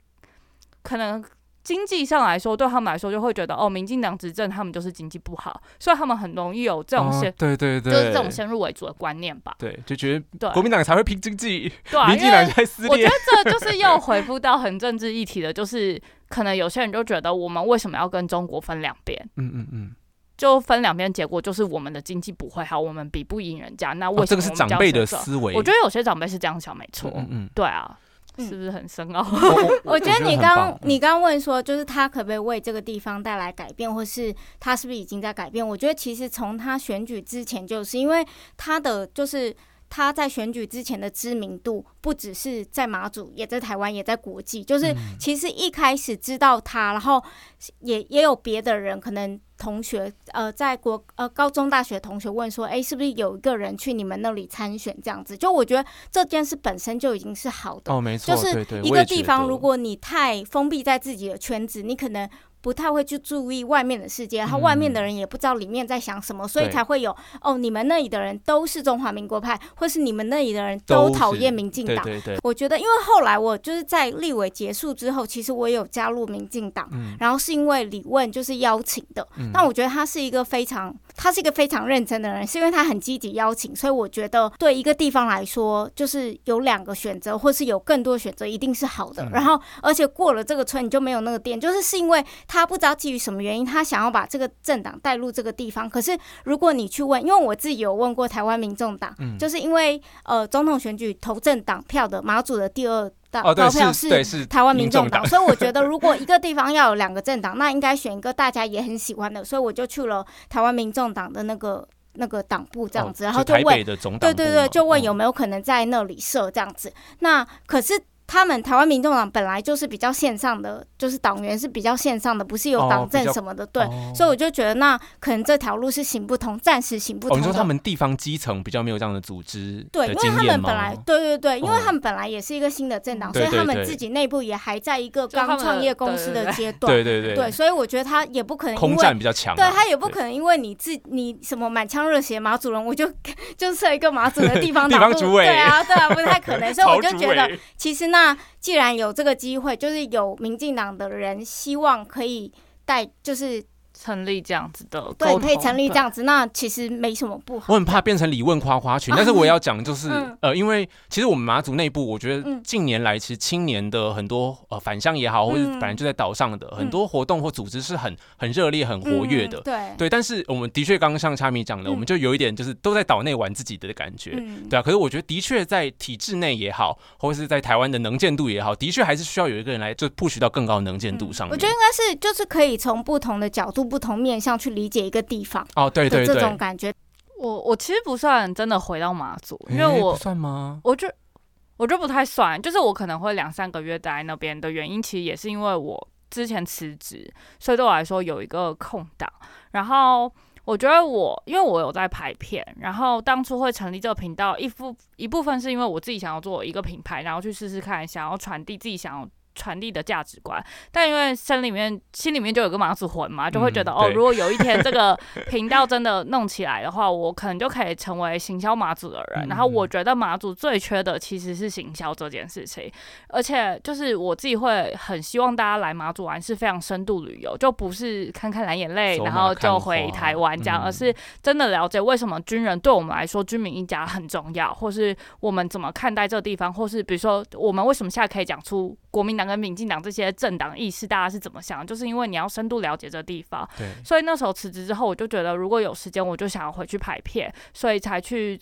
A: 可能经济上来说，对他们来说就会觉得哦，民进党执政他们就是经济不好，所以他们很容易有这种
B: 哦
A: 先、
B: 对对对，
A: 就是这种先入为主的观念吧。
B: 对，就觉得
A: 对，
B: 国民党才会拼经济，
A: 对啊，
B: 民
A: 因
B: 进党
A: 为
B: 在撕
A: 我觉
B: 裂
A: 得，这就是又回复到很政治议题的，就是可能有些人就觉得我们为什么要跟中国分两边？
B: 嗯嗯嗯，
A: 就分两边，结果就是我们的经济不会好，我们比不赢人家。那为
B: 哦，
A: 什
B: 这
A: 么
B: 个是
A: 我们
B: 长
A: 就要
B: 辈的
A: 选
B: 思维，
A: 我觉得有些长辈是这样想，没错。
B: 嗯嗯
A: 对啊，
C: 嗯
A: 是不是很深奥？
B: 嗯，
C: 我觉得你嗯
B: 很
C: 刚
B: 棒
C: 你刚问说，就是他可不可以为这个地方带来改变，或是他是不是已经在改变？我觉得其实从他选举之前，就是因为他的就是他在选举之前的知名度，不只是在马祖，也在台湾，也在国际。就是
B: 嗯
C: 其实一开始知道他，然后也也有别的人可能。同学，呃，在国呃高中、大学同学问说，哎、是不是有一个人去你们那里参选这样子？就我觉得这件事本身就已经是好的，
B: 哦，没错，
C: 就是
B: 对对
C: 一
B: 我
C: 个
B: 也
C: 地
B: 觉
C: 方，
B: 得
C: 如果你太封闭在自己的圈子，你可能不太会去注意外面的世界，然后外面的人也不知道里面在想什么，所以
B: 嗯对
C: 才会有哦，你们那里的人都是中华民国派，或是你们那里的人
B: 都
C: 都讨
B: 是
C: 厌民进
B: 对
C: 党。
B: 对对，
C: 我觉得，因为后来我就是在立委结束之后，其实我也有加入民进党，
B: 嗯
C: 然后是因为李问就是邀请的。
B: 嗯
C: 但我觉得他是一个非常，他是一个非常认真的人，是因为他很积极邀请，所以我觉得对一个地方来说，就是有两个选择，或是有更多选择，一定是好的。
B: 嗯
C: 然后，而且过了这个村，你就没有那个店，就是是因为他不知道基于什么原因，他想要把这个政党带入这个地方。可是如果你去问，因为我自己有问过台湾民众党，
B: 嗯
C: 就是因为呃总统选举投政党票的马祖的第二大
B: 哦，
C: 高
B: 对
C: 票
B: 是对是
C: 台湾民
B: 民
C: 众
B: 众
C: 党，
B: 党
C: 所以我觉得如果一个地方要有两个政党，那应该选一个大家也很喜欢的，所以我就去了台湾民众党的那个那个党部这样子，
B: 哦
C: 然后就
B: 台
C: 问
B: 北的总
C: 对
B: 党
C: 对
B: 部
C: 对，
B: 嘛
C: 就问
B: 哦
C: 有没有可能在那里设这样子。那可是他们台湾民众党本来就是比较线上的，就是党员是比较线上的，不是有
B: 哦
C: 党
B: 比
C: 证
B: 较
C: 什么的，对。
B: 哦
C: 所以我就觉得，那可能这条路是行不通，暂时行不
B: 哦，
C: 通
B: 你
C: 的。
B: 说他们地方基层比较没有这样的组织
C: 对，
B: 的
C: 因为
B: 经
C: 他
B: 验
C: 们
B: 吗
C: 本来对对对，因为
B: 哦
C: 他们本来也是一个新的政党，
B: 嗯
C: 所以
B: 对对
C: 他们
B: 对
C: 自己内部也还在一个
A: 就他
C: 刚
A: 们
C: 创
A: 的
C: 业公司
A: 对对
C: 的
A: 对
B: <laughs>
C: 阶段。
B: 对对对
C: 对，所以我觉得他也不可能因
B: 空
C: 为
B: 战比较强啊，
C: 对他也不可能因为你自你什么满腔热血马主人，我就 <laughs> 就设一个马主的地
B: <laughs>
C: 方
B: 地
C: 党
B: 方
C: 部
B: 主委
C: 对啊对啊，不太可
B: <laughs>
C: 能。所以
B: 曹
C: 我就
B: 主
C: 觉 <laughs> 得，
B: 委
C: 其实那既然有这个机会，就是有民进党的人希望可以带，就是
A: <laughs> 成立这样子的沟
C: 对
A: 通，
C: 可以成立这
A: 对。
C: 样子，那其实没什么不好。
B: 我很怕变成李问夸夸群，但是我也要讲，就是、
C: 啊嗯
B: 呃，因为其实我们马祖内部，我觉得
C: 嗯
B: 近年来其实青年的很多呃返乡也好，或者
C: 嗯
B: 本来就在岛上的、很多活动或组织是很很热烈、很活跃的。
C: 嗯对
B: 对，但是我们的确刚刚像查米讲的，
C: 嗯
B: 我们就有一点就是都在岛内玩自己的感觉，
C: 嗯
B: 对啊。可是我觉得的确在体制内也好，或是在台湾的能见度也好，的确还是需要有一个人来就 push 到更高能见
A: 嗯
B: 度上
C: 嗯我
B: 面。
C: 觉得应该是就是可以从不同的角度、不同面向去理解一个地方
B: 哦，对
C: 的
B: 对
C: 这
B: 对，
C: 种感觉。
A: 我我其实不算真的回到马祖，因为
B: 诶
A: 我
B: 不算吗？
A: 我就我就不太算，就是我可能会两三个月待那边的原因，其实也是因为我之前辞职，所以对我来说有一个空档。然后我觉得我因为我有在拍片，然后当初会成立这个频道，一部一部分是因为我自己想要做一个品牌，然后去试试看，想要传递自己想要。传递的价值观，但因为心里面心里面就有个马祖魂嘛，就会觉得、
B: 嗯
A: 哦，
B: 对
A: 如果有一天这个频道真的弄起来的话，我可能就可以成为行销马祖的人。
B: 嗯
A: 然后我觉得马祖最缺的其实是行销这件事情，而且就是我自己会很希望大家来马祖玩是非常深度旅游，就不是看看蓝眼泪，
B: 走马
A: 然后就
B: 看
A: 回
B: 花
A: 台湾这样，
B: 嗯
A: 而是真的了解为什么军人对我们来说，军民一家很重要，或是我们怎么看待这个地方，或是比如说我们为什么现在可以讲出国民党跟民进党这些政党意识，大家是怎么想，就是因为你要深度了解这个地方。
B: 对，
A: 所以那时候辞职之后，我就觉得如果有时间，我就想要回去拍片，所以才去。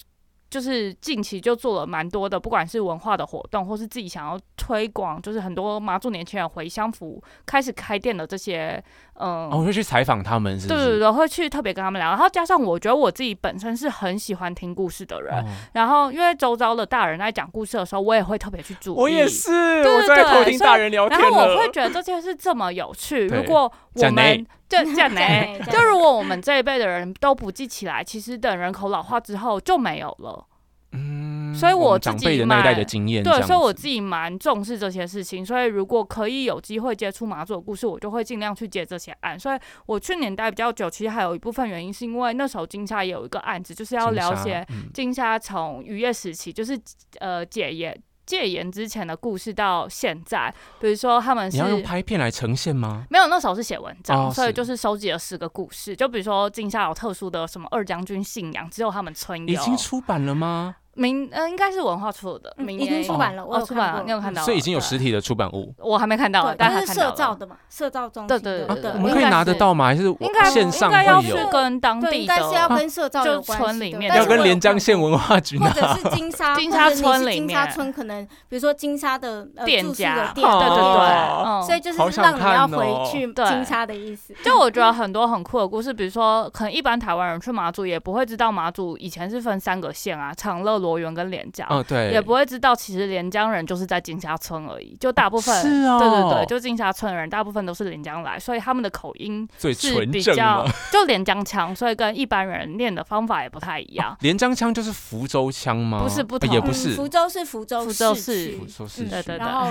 A: 就是近期就做了蛮多的，不管是文化的活动，或是自己想要推广，就是很多马祖年轻人回乡服开始开店的这些，嗯，
B: 哦，我会去采访他们，是不
A: 对
B: 是？
A: 对对，会去特别跟他们聊。然后加上我觉得我自己本身是很喜欢听故事的人，
B: 哦
A: 然后因为周遭的大人在讲故事的时候，我也会特别去注意。
B: 哦我也是，
A: 对
B: 我
A: 对
B: 在
A: 对
B: 偷听
A: 所以
B: 大人聊天
A: 然
B: 了。
A: 后我会觉得这件事这么有趣，
B: 对
A: 如果我
B: 讲呢
A: 们这这样
C: 讲
A: 呢
C: 呢，
A: 就如果我们这一辈的人都不记起来，其实等人口老化之后就没有了。
B: 嗯
A: 所以
B: 我
A: 我
B: 们
A: 自
B: 长
A: 己
B: 辈的那一代
A: 蛮
B: 的经验这样
A: 对，
B: 子，
A: 所以我自己蛮重视这些事情，所以如果可以有机会接触马祖的故事，我就会尽量去接这些案。所以我去年待比较久，其实还有一部分原因是因为那时候金沙也有一个案子，就是要
B: 金
A: 了
B: 沙
A: 解
B: 嗯
A: 金沙从渔业时期，就是呃戒严戒严之前的故事到现在，比如说他们是
B: 你要用拍片来呈现吗？
A: 没有，那时候是写文章，
B: 哦
A: 所以
B: 是
A: 就是收集了十个故事。就比如说金沙有特殊的什么二将军信仰，只有他们村
B: 已
A: 有。
B: 经出版了吗？
A: 明呃应该是文化处的，
C: 嗯
A: 明
C: 已
A: 年
C: 经出版了，我
A: 哦
C: 有
A: 出
C: 看
A: 版了，
C: 过
A: 你有看到了？
B: 所以已经有
A: 对
B: 实，体的出版物。
A: 我还没看到，但
C: 对，
A: 他
C: 就是
A: 看
C: 社
A: 到
C: 造
A: 了。
C: 的嘛，社造中心
A: 对
C: 的，
A: 对
B: 啊
A: 对对
B: 我们可以拿得到吗？还是我
A: 应该
B: 线上
A: 应该要
B: 会
A: 是
B: 有？
A: 跟当
C: 对，
A: 地
C: 应
A: 的
C: 该是要
A: 吧
C: 跟社造
A: 就
C: 有关系
A: 村里
C: 的
A: 面
C: 但
A: 的
B: 要
C: 是我
B: 跟
C: 有
B: 连江
C: 看
B: 县啊
C: 过
B: 文化局
C: 或
B: 拿。
C: 者是金沙，
A: 金沙
C: 或者你是
A: 村里
C: 金沙
A: 面
C: 村可能比如说金沙的呃
A: 店
C: 住宿
A: 家
C: 的
A: 对
C: 店，
A: 对对，
B: 哦
A: 嗯，
C: 所以就是
B: 好想
C: 让你要
B: 看哦
C: 回去
A: 对
C: 金沙的意思。
A: 就我觉得很多很酷的故事，比如说，可能一般台湾人去马祖也不会知道马祖以前是分三个县啊，长乐、罗源跟连江，
B: 嗯，对，
A: 也不会知道其实连江人就是在金沙村而已，就大部分、
B: 是哦
A: 对对对，就金沙村的人大部分都是连江来，所以他们的口音
B: 最
A: 是
B: 纯
A: 比
B: 正
A: 较
B: 嘛。
A: <laughs> 就连江腔，所以跟一般人念的方法也不太一样。
B: <laughs> 连江腔就是福州腔吗？
A: 不是不
B: 呃
A: 同
B: 也不
C: 嗯
B: 是。
C: 福州是福州
A: 福州
C: 市
A: 市
C: 区
B: 福州哦市
C: 嗯
A: 对对
C: 然后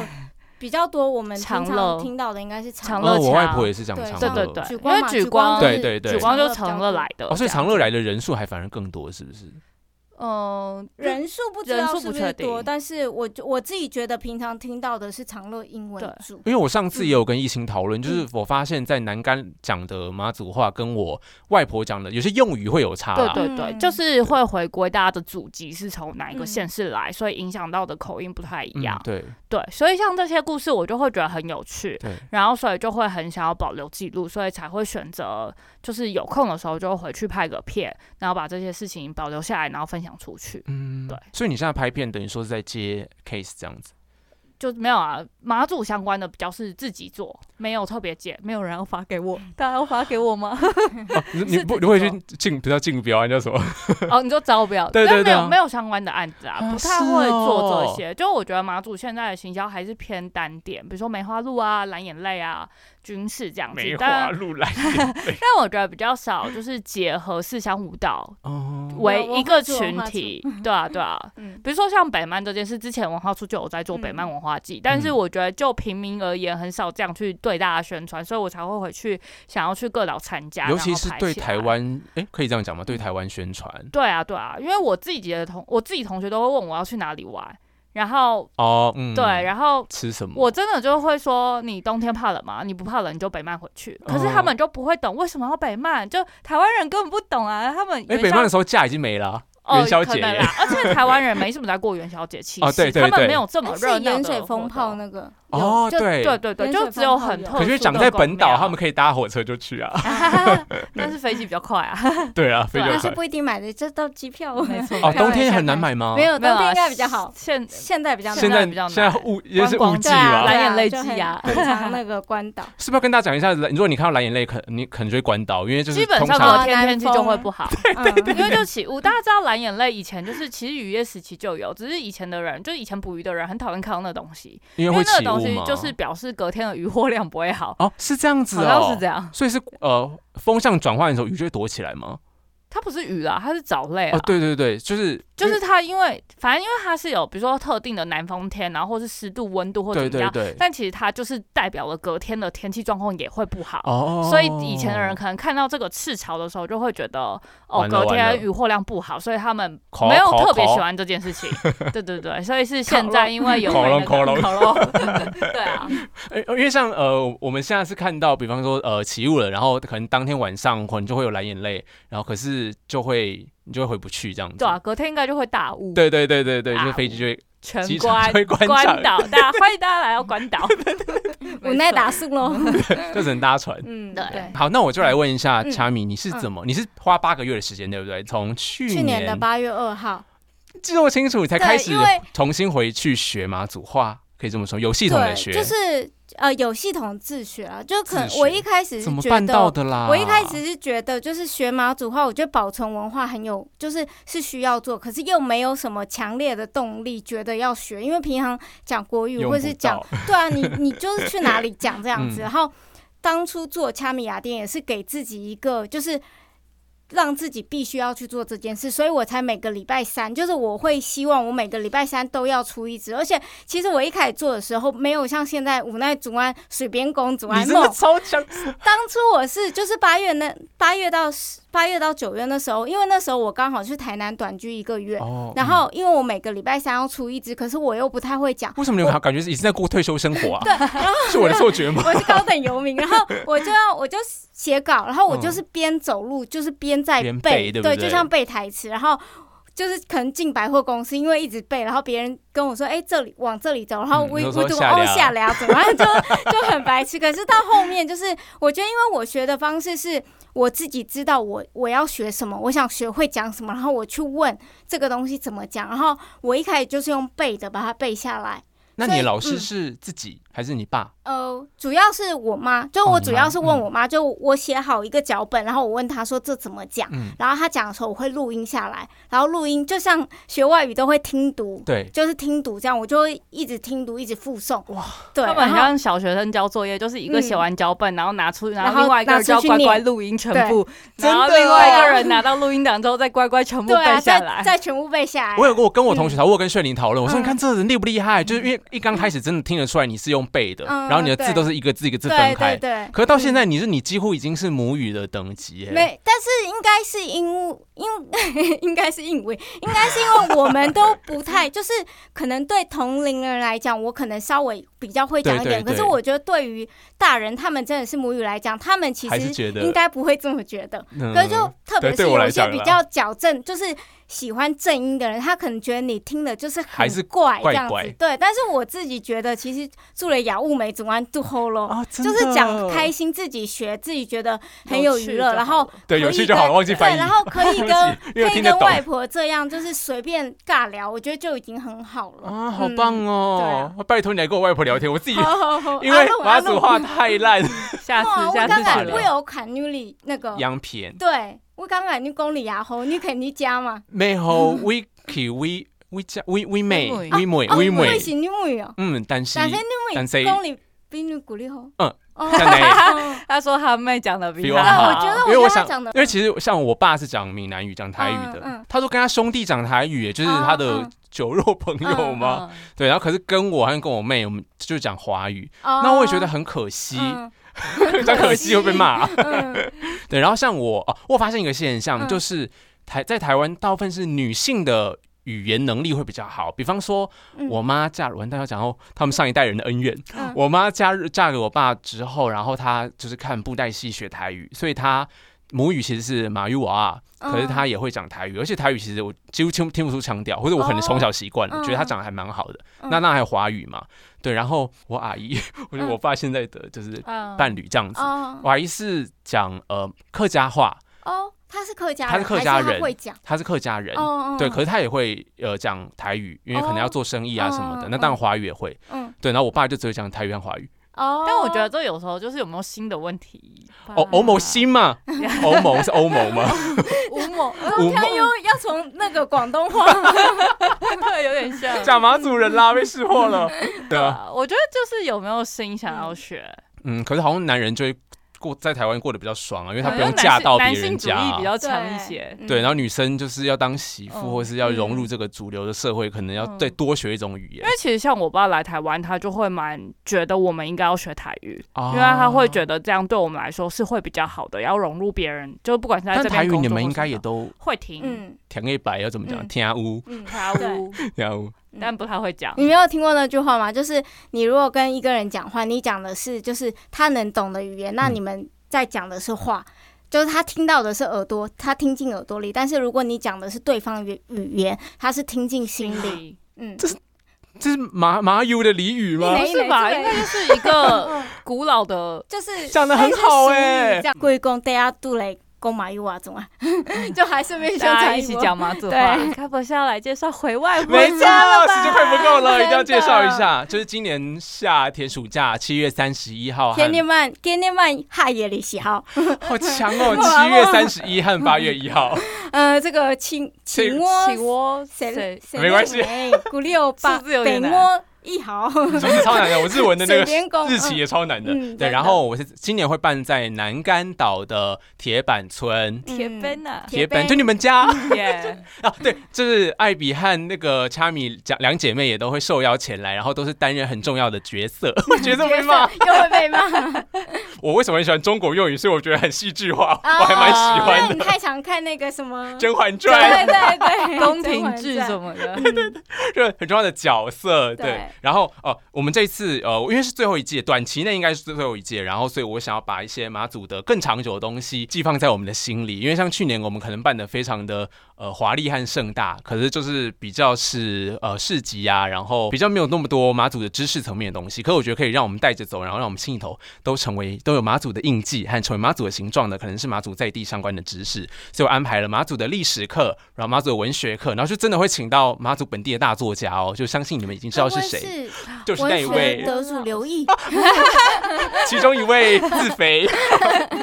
C: 比较多我们平
A: 长
C: 常
A: 乐
C: 听到的应该是
A: 长乐
C: 乐
B: 哦，我
A: 腔
B: 外婆也是讲
C: 对
B: 长
A: 对
B: 乐。
A: 对对，
C: 举
A: 因
C: 光
A: 为
C: 嘛
A: 举
C: 举光
A: 光
C: 是
B: 对对对
A: 举光就
C: 长乐比较
A: 长乐
C: 多
A: 来的，
B: 哦，所以
A: 这样
B: 长乐来的人数还反而更多，是不是？
A: 嗯，
C: 人数不知
A: 人
C: 道
A: 数
C: 是
A: 不
C: 不
A: 确
C: 是多，
A: 定
C: 但是我就我自己觉得平常听到的是长乐英为主，
B: 因为我
A: 嗯
B: 上次也有跟艺兴讨论，就是我发现，在南竿讲的马祖话跟我外婆讲的有些用语会有差
A: 对
B: 啦。
A: 对对，
C: 嗯
A: 啊就是会回归大家的祖籍是从哪一个
C: 嗯
A: 县市来，所以影响到的口音不太一样
B: 嗯，。对
A: 对，所以像这些故事，我就会觉得很有趣，
B: 对。
A: 然后所以就会很想要保留记录，所以才会选择就是有空的时候就回去拍个片，然后把这些事情保留下来，然后分享出去。
B: 嗯
A: 对。
B: 所以你现在拍片，等于说是在接 case 这样子。
A: 就没有啊，马祖相关的比较是自己做，没有特别接。
D: 没有人要发给我， <laughs> 大家要发给我吗？
B: 哦，你你不你会去竞，不叫竞标，那叫什么？
A: <laughs> <laughs> 哦，你说招标，
B: 对对
A: 但没
B: 对啊
A: 有没有相关的案子啊，
B: 啊
A: 不太会
B: 是哦
A: 做这些。就我觉得马祖现在的行销还是偏单点，比如说梅花鹿啊、蓝眼泪啊、军事这样子。但
B: 鹿来。
A: 但我觉得比较少，就是结合四乡舞
D: <laughs>
A: 蹈
B: 哦。
A: 为
C: 文化
A: 一个
C: 处文
A: 群
C: 化处
A: 体，对啊对啊。
C: <laughs> 嗯，
A: 比如说像北漫这件事，之前文化处就有在做北漫文化季，但
B: 嗯
A: 是我觉得就平民而言，很少这样去对大家宣传，所以我才会回去想要去各岛参加，
B: 尤其
A: 然后
B: 是
A: 拍
B: 对
A: 起
B: 台
A: 来嗯
B: 湾，哎、可以这样讲吗？对台湾宣传
A: 对啊，对啊，因为我自己的同我自己同学都会问我要去哪里玩，然后
B: 哦，嗯，
A: 对，然后
B: 吃什么？
A: 我真的就会说，你冬天怕冷吗？你不怕冷你就北漫回去。可是他
B: 哦
A: 们就不会懂为什么要北漫，就台湾人根本不懂啊，他们
B: 哎、
A: 元
B: 北
A: 宵
B: 曼的时候假已经没了啊，
A: 哦
B: 元宵
A: 可
B: 节
A: 能
B: 耶
A: 啦，而且台湾人没什么在过元宵
B: <laughs>
A: 节，其实、
B: 哦对对
A: 他们
B: 对
A: 没有这嗯么
C: 哎
A: 热
C: 是
A: 闹的
C: 盐水风
A: 活
C: 炮
A: 动
C: 那个
B: 哦，
A: 就
B: 对
A: 对对对，
C: 盐
A: 就
C: 水
A: 只有
C: 风炮
A: 很
C: 有
A: 特
B: 可
A: 殊
B: 是
A: 的
B: 讲在
A: 公
B: 本岛，
A: 庙
B: 他们 <laughs> 可以搭火车就去啊。
A: <laughs> 但是飞机比较快啊，
B: 对啊，非
A: 对
B: 常
C: 但是
B: 快。
C: 不一定买得这到机票，
A: 没错
B: 哦，
A: 没错
B: 冬天也很难买吗？
C: <laughs> 没有，
A: 没有
C: 冬天
A: 啊
C: 应该比较好，
A: 现
C: 现在比较
B: 现
A: 现
B: 在
A: 在比较难
B: 现在雾也是
A: 观
B: 雾
A: 光
B: 季
C: 对啊，
B: 嘛
A: 来，
C: 对
A: 眼泪
C: 就
A: 季
C: 很
A: 啊
C: 很常那个关
B: <laughs>
C: 岛
B: 是不是要跟大家讲一下？如果你看到蓝眼泪，可你可能就会关岛，因为就是
A: 基本
B: 通
A: 上
B: 常
A: 隔
C: 啊
A: 天
C: 南
A: 天气就
C: 风
A: 会
C: 啊
A: 不
B: <laughs>
A: 好。
C: 嗯，
A: 因为就起雾，大家知道蓝眼泪以前就是其实渔业时期就有，只是以前的人就以前捕鱼的人很讨厌看到那东西，
B: 因
A: 因为
B: 为会
A: 那
B: 起
A: 个东
B: 雾
A: 西
B: 嘛。
A: 就是表示隔天的渔获量不会好，
B: 哦，是这样子
A: 好像
B: 哦，
A: 是这。样。
B: 所以是呃，风向转换的时候，鱼就会躲起来吗？
A: 它不是鱼啦，它是藻类啊。
B: 哦，对对对，就是
A: 就是它因为反正因为它是有比如说特定的南风天，然后或是湿度、温度或者
B: 对
A: 怎么
B: 对
A: 样，
B: 对。
A: 但其实它就是代表了隔天的天气状况也会不好。
B: 哦，
A: 所以以前的人可能看到这个赤潮的时候，就会觉得哦，
B: 完了
A: 隔
B: 完了
A: 天渔获量不好，所以他们
B: 烤
A: 没有
B: 烤
A: 特别
B: 烤
A: 喜欢这件事
B: <laughs>
A: 情。对对对，所以是现在因为有
B: 烤
A: 那
B: 肉
A: 个
B: 烤肉
A: 烤肉，
B: <laughs>
A: 对啊，
B: 呃，因为像呃，我们现在是看到，比方说呃起雾了，然后可能当天晚上可能就会有蓝眼泪，然后可是就会你就会回不去这样子。
A: 对啊，隔天应该就会大雾，
B: 对对对对对，
A: 大
C: 啊
B: 就是
C: <laughs>
B: 飞机就会
A: 全
B: 机场
A: 关
B: 就会关
A: 关
B: 岛，
A: 岛，大家欢迎大家来到关
B: <laughs>
A: 岛，
C: 无奈打素喽，
B: 就只能搭船。
C: 嗯，
A: 对
C: 对，
B: 好，那我就来问一下
C: 嗯
B: 查米，你是怎么？你是花八个月的时间，对不对？从去
C: 去年的
B: 年
C: 八月二号，
B: 记得我清楚，你才
C: 对
B: 开始
C: 因为
B: 重新回去学马祖话，可以这么说，有系统
C: 对，
B: 的学，
C: 就是呃有系统自学啊，就可能
B: 自学
C: 我一开始
B: 怎
C: 是
B: 么
C: 觉
B: 办到
C: 得。
B: 的啦？
C: 我一开始是觉得，就是学马祖话，我觉得保存文化很有，就是是需要做，可是又没有什么强烈的动力，觉得要学，因为平常讲国语
B: 用
C: 或
B: 不
C: 者是讲
B: 到，
C: <laughs> 对啊，你你就是去哪里讲这样子。
B: <laughs> 嗯
C: 然后当初做掐米雅店也是给自己一个，就是让自己必须要去做这件事，所以我才每个礼拜三，就是我会希望我每个礼拜三都要出一支。而且其实我一开始做的时候，没有像现在无奈祖安、水边公主
B: 你
C: 安
B: 真的
C: 梦。
B: 超强，
C: 当初我是就是八月那八月到十八月到九月那时候，因为那时候我刚好去台南短居一个月。
B: 哦
C: 然后，因为我每个礼拜三要出一支，可是我又不太会讲，
B: 为什么你们感觉是已经在过退休生活啊？是我的错觉吗？
C: 我是高等游民，然后我就要我 <laughs> 就写稿，然后我就是边走路、就是边在
B: 嗯边背
C: 背，
B: 对不
C: 对，
B: 对
C: 就像背台词，然后。就是可能进百货公司，因为一直背，然后别人跟我说，哎、这里往这里走，然后
B: 嗯
C: 我
B: 你就
C: 我
B: 说
C: 读
B: 下
C: 哦
B: 俩
C: 下俩走，然后就就很白痴。可是到后面，就是我觉得，因为我学的方式是我自己知道我我要学什么，我想学会讲什么，然后我去问这个东西怎么讲，然后我一开始就是用背的把它背下来。
B: 那你的
C: 所以
B: 老师
C: 嗯
B: 是自己还是你爸？
C: 呃，主要是我妈，就
B: 哦
C: 我
B: 你
C: 主
B: 妈
C: 要是问
B: 嗯
C: 我妈，就我写好一个脚本，然后我问她说这怎么讲，
B: 嗯，
C: 然后她讲的时候我会录音下来，然后录音就像学外语都会听读，
B: 对，
C: 就是听读这样，我就会一直听读，一直附送。哇，对，
A: 他们
C: 然
A: 很
C: 后
A: 像小学生交作业，就是一个
C: 嗯
A: 写完脚本，然后拿出，然
C: 然
A: 后
C: 后
A: 另外一个
C: 拿
A: 人就要
C: 出去
A: 乖乖
C: 念
A: 录音全
C: 对
A: 部，然后
D: 真
B: 哦
D: 的
A: 另外一个
C: 耶
A: 人拿到录音档之后再乖乖全部
C: 对啊，
A: 背下
C: 再
A: 来。
C: 再全部背下来。
B: 我有我跟我同学讨论，我有跟炫玲讨论，我说
C: 哎嗯
B: 你看这人厉不厉害？就是因为一刚开始真的听得出来你是用背的，
C: 嗯
B: 然后你的字
C: 对
B: 都是一个字一个字分
C: 对对
B: 开。
C: 对，
B: 可是到现在你是你几乎已经是母语的等级耶，
C: 没，但是应该是因因 <laughs> 应该是因为应该是因为我们都不
B: <laughs>
C: 太，就是可能对同龄人来讲，我可能稍微比较会讲一
B: 对
C: 点，
B: 对
C: 可是
B: 对
C: 我觉得对于大人，他们真的是母语来讲，他们其
B: 还是
C: 实
B: 觉得
C: 应该不会这么觉得。
B: 嗯
C: 可是就特别
B: 对
C: 是
B: 对我
C: 有
B: 来
C: 一些
B: 讲
C: 比
B: 啦
C: 较矫正，就是喜欢正音的人，他可能觉得你听的就是很
B: 还是
C: 怪这
B: 怪
C: 样子。
B: 怪
C: 对，但是我自己觉得，其实住了雅物美祖安杜后咯，
B: 啊，
C: 就
B: 真
C: 是
B: 的
C: 讲开心，自己学，自己觉得很
A: 有
C: 有
A: 趣
C: 娱
A: 就
C: 乐，然
A: 好
C: 后
B: 对，有
C: 可
B: 趣
C: 以
B: 就好了，
C: 跟
B: 忘记翻
C: 对，
B: 译
C: 然。后可以
B: <laughs> 对不
C: 跟
B: 起因
C: 可
B: 为听
C: 以
B: 得
C: 跟
B: 懂
C: 外婆这样，就是随便尬聊，我觉得就已经很好了。
B: 啊，好棒
C: 嗯
B: 哦！拜托你来跟我外婆聊天，我自己
C: 好好啊哦好，
B: <laughs>
C: 啊嗯
B: 因为马
C: 阿
B: 祖
C: 鲁
B: 话太烂，
A: 下次
C: 我
A: 下次
C: 刚才
A: 去
B: 了
C: 我
A: 聊。
C: 有看女里那个，
B: 洋片
C: 对我刚才你讲你牙好，你肯定加嘛。
B: 美好
C: <laughs>
B: wiki we we 加 we we 美
D: 妹
B: we 美
C: 哦
B: we
C: 我
B: 美
C: 以，为是母语哦，
B: 嗯，但是
C: 但是你
B: 但
C: 母
B: 是
C: 语讲你比你鼓励好。
B: 嗯
C: 哦，
B: 这样子
C: <laughs> 哦
D: 他说他妹讲的比
B: 比
D: 他
B: 我
C: 但我
B: 好
D: 好，
C: 觉得
B: 啊因为我
C: 觉得他
B: 想
C: 讲的，
B: 因为其实像我爸是讲闽南语、讲台语
C: 嗯
B: 的
C: 嗯，
B: 他说跟他兄弟讲台语，就是他
C: 嗯
B: 的
C: 嗯
B: 酒肉朋友
A: 嗯？
B: 嘛。对，然后可是跟我和跟我妹，我们就讲华语，
C: 哦
B: 那我也觉得很可惜， <laughs>
C: 嗯
B: 讲可惜会被骂。
C: 嗯
B: <laughs> 对，然后像我哦，我发现一个现象，
C: 嗯
B: 就是台在台湾大部分是女性的语言能力会比较好。比方说，
C: 嗯
B: 我妈嫁完，大家讲哦，他们上一代人的恩怨。
C: 嗯
B: 我妈嫁入嫁给我爸之后，然后她就是看布袋戏学台语，所以她。母语其实是马语啊娃，可是
C: 嗯
B: 她也会讲台语，而且台语其实我几乎听听不出腔调，或者我可能从小习惯了，
C: 哦
B: 觉得她讲的还蛮好的。
C: 嗯
B: 那那还有华语嘛？对，然后我阿姨，我觉得
C: 嗯
B: 我爸现在的就是
A: 嗯
B: 伴侣这样子，
C: 哦
B: 我阿姨是讲呃客家话，
C: 哦，他是客家人，
B: 他是客家人
C: 还是他会讲
B: 她是客家人，
C: 哦哦，哦
B: 对，可是她也会呃讲台语，因为可能要做生意啊什么的。
C: 哦
B: 那当然华语也会，
C: 嗯
B: 对。然后我爸就只会讲台语和华语。
C: 哦，
A: 但我觉得这有时候就是有没有新的问题吧。
C: 啊
B: 哦，欧盟
C: <laughs>
B: 新嘛，欧盟是欧盟吗？
D: 吴某
B: 我
C: 哦他又要从那个广
A: <laughs>
C: 东话
D: 对有点像。
B: 讲马祖人啦，被识破
C: <laughs>
B: 了。对啊，
A: 呃我觉得就是有没有心想要学，
B: 嗯，可是好像男人就会过在台湾过得比较爽啊，因为他
A: 好
B: 不
A: 像
B: 用
A: 男
B: 嫁
A: 性
B: 到别
A: 男性
B: 人
A: 主
B: 家
A: 义
B: 啊
A: 比。较嗯强一些。
B: 对，然
C: 后
B: 后女生就是要当媳妇，
D: 嗯
B: 或是要融入这个主流的社会，可能要
A: 嗯
B: 再多学一种语言
A: 因为。其实像我爸来台湾，他就会蛮觉得我们应该要学台语，
B: 因
A: 因为啊他会觉得这样对我们来说是会比较好的，要融入别人，就不管是在
B: 但
A: 哎这
B: 台
A: 边
B: 语
A: 工
B: 你
A: 作或什么的，
B: 们应该也都
A: 会听，
C: 嗯
B: 填一白要怎么讲？啊
C: 嗯
B: 天乌
C: 嗯，
A: 他
C: 对
A: 呜，
B: 天乌，
C: 嗯
A: 但不太会讲
C: 你。没有听过那句话吗？就是你如果跟一个人讲话，你讲的是就是他能懂的语言，那
B: 嗯
C: 你们在讲的是话，就是他听到的是耳朵，他听进耳朵里。但是如果你讲的是对方语语言，他是听进心里。
A: 里
C: 嗯，
B: 这是麻麻油的俚语吗？
A: 啊不
C: 没
A: 是吧？
C: 没
A: 应该就是一 <laughs> 个古老的
C: 就是
B: <laughs> 讲得很好欸
C: 这样贵公大家都来公马玉瓦中啊， <laughs> 就还顺便宣
A: 大家
C: 传
A: 一起。讲马 <laughs> 祖话。
C: 对
D: 开不下来介绍回
A: <laughs>
D: 外婆
B: 没错，
D: 家了吧
B: 时间快不够了，一定要
C: 真的
B: 介绍一下，就是今年夏天暑假七月三十一号和，
C: 天天曼，天天曼，哈耶里喜好，
B: 好强
A: <laughs>
B: 哦，七月三十一和八月一号，
C: 呃，这个请
B: 请
C: 请我
D: 请我
C: 谁
D: 谁？
C: 谁
B: 没关系
C: 哎古六嗯八
A: 数字有点
C: 北
A: 难
C: 摸一毫，
B: 是不是超难的？我日文的那
C: 水
B: 个
C: 边公
B: <laughs> 日期
C: 嗯
B: 也超难的。
C: 嗯
B: 对，
C: 真的
B: 然后我是今年会办在南竿岛的铁板村。
A: 嗯
D: 铁边
A: <laughs>
D: 呐，
C: 铁啊
B: 铁板
C: 板
B: 就你们家 <laughs>
A: 耶，
B: 啊？对，就是艾比和那个查米两两姐妹也都会
C: <laughs>
B: 受邀前来，然后都是担任很重要的角色，角色被骂。 <laughs>
C: 又会被骂。
B: 我为什么很喜欢中国用语，所以我觉得很戏剧化，
C: 啊哦
B: 我还蛮喜
C: 因
B: 欢
C: 为
B: 的
C: 你太常看那个什么，
B: 《甄嬛
C: 对
B: 传》
C: 对对，
D: 宫廷剧
C: 甄嬛
D: 什
C: 传
D: 么
B: 嗯
D: 的，
B: 这很重要的角色。对，
D: 对
B: 然后哦、呃我们这一次呃，因为是最后一届，短期内应该是最后一届，然后所以我想要把一些马祖的更长久的东西寄放在我们的心里，因为像去年我们可能办的非常的呃华丽和盛大，可是就是比较是呃市集啊，然后比较没有那么多马祖的知识层面的东西，可我觉得可以让我们带着走，然后让我们心里头都成为都有马祖的印记和成为马祖的形状的，可能是马祖在地相关的知识，所以我安排了马祖的历史课，然后马祖的文学课，然后就真的会请到马祖本地的大作家哦，就相信你们已经知道是谁，
C: 是
B: 就是那
C: 文
B: 一
C: 学
B: 位，
C: 得主刘毅，
B: <laughs> 其中一位自肥。 <laughs>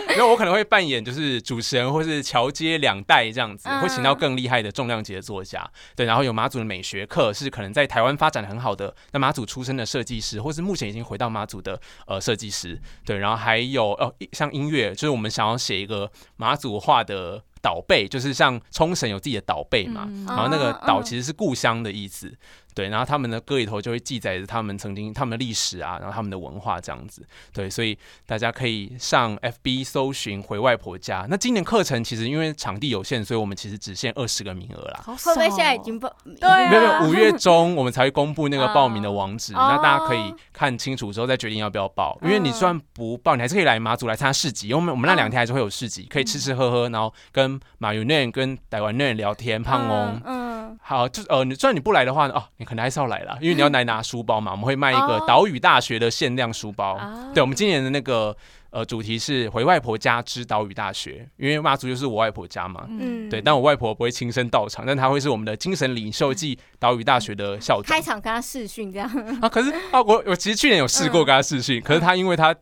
B: 然后我可能会扮演就是主持人或是桥接两代这样子，
C: 嗯
B: 会请到更厉害的重量级的作家。对，然后有马祖的美学课是可能在台湾发展很好的，那马祖出身的设计师，或是目前已经回到马祖的呃设计师。对，然后还有呃一像音乐，就是我们想要写一个马祖话的。岛背就是像冲绳有自己的岛背嘛，
D: 嗯
B: 然后那个
C: 啊
B: 岛
C: 嗯
B: 其实是故乡的意思，对。然后他们的歌里头就会记载着他们曾经他们的历史啊，然后他们的文化这样子，对。所以大家可以上 FB 搜寻回外婆家。那今年课程其实因为场地有限，所以我们其实只限二十个名额啦。
D: 好
C: 会不会
D: 少
C: 现在
D: 哦
C: 已经不
D: 对啊
B: 没有没有，五月中我们才会公布那个报名的网址，
C: 哦嗯
B: 那大家可以看清楚之后再决定要不要报。因为你就算不报，你还是可以来马祖来参加市集，因为我们我们那两天还是会有市集，可以吃吃喝喝，然后跟马云念、跟台湾念聊天、胖哦翁
C: 嗯。嗯，
B: 好，就是呃，你就算你不来的话哦，你可能还是要来啦，因为你要来拿书包嘛。我们会卖一个
C: 哦
B: 岛屿大学的限量书包，
D: 啊
B: 对，我们今年的那个呃主题是回外婆家之岛屿大学，因为妈祖就是我外婆家嘛。
C: 嗯
B: 对，但我外婆不会亲身到场，但她会是我们的精神领袖暨岛屿大学的校长
C: 开场跟他试训这样，
B: 啊。可是啊，我我其实去年有试过跟她试
C: 嗯
B: 训，可是她因为她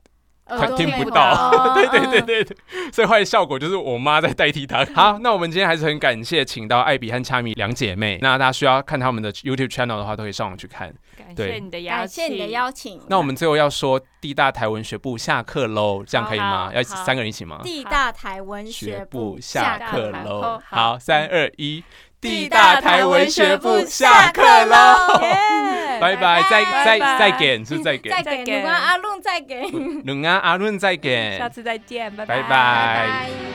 B: <laughs>
C: 耳朵
B: 听
C: 听
B: 不
C: 到，哦
B: <laughs> 对对对，对对，所以后来效果就是我妈在代
C: <laughs>
B: 替她。好，那我们今天还是很感谢请到艾比和恰米两姐妹。那大家需要看他们的 YouTube channel 的话，都可以上网去看。
A: 感
B: 对
A: 谢你的
C: 嗯
A: 邀
C: 感谢
A: 请，
C: 你的邀请。
B: 那我们最后要说地大台文学部下课喽，这样可以
A: 好
B: 吗？
A: 好
B: 要
A: 好
B: 三个人一起吗？
C: 地大台文学部
B: 下课
A: 下课
B: 喽
A: 喽！
B: 好，三二一，
D: 地大台文学部
B: 下课喽！
D: 耶
B: 拜拜，再
D: 拜
B: 再
D: 拜
B: 再见，是再
C: <laughs>
B: 见
C: 再，
D: 再
C: 给
D: 给
C: 卢光阿论，再给，
B: 伦安阿润再见，
D: 下次再见，拜拜
B: 拜拜
C: 拜拜。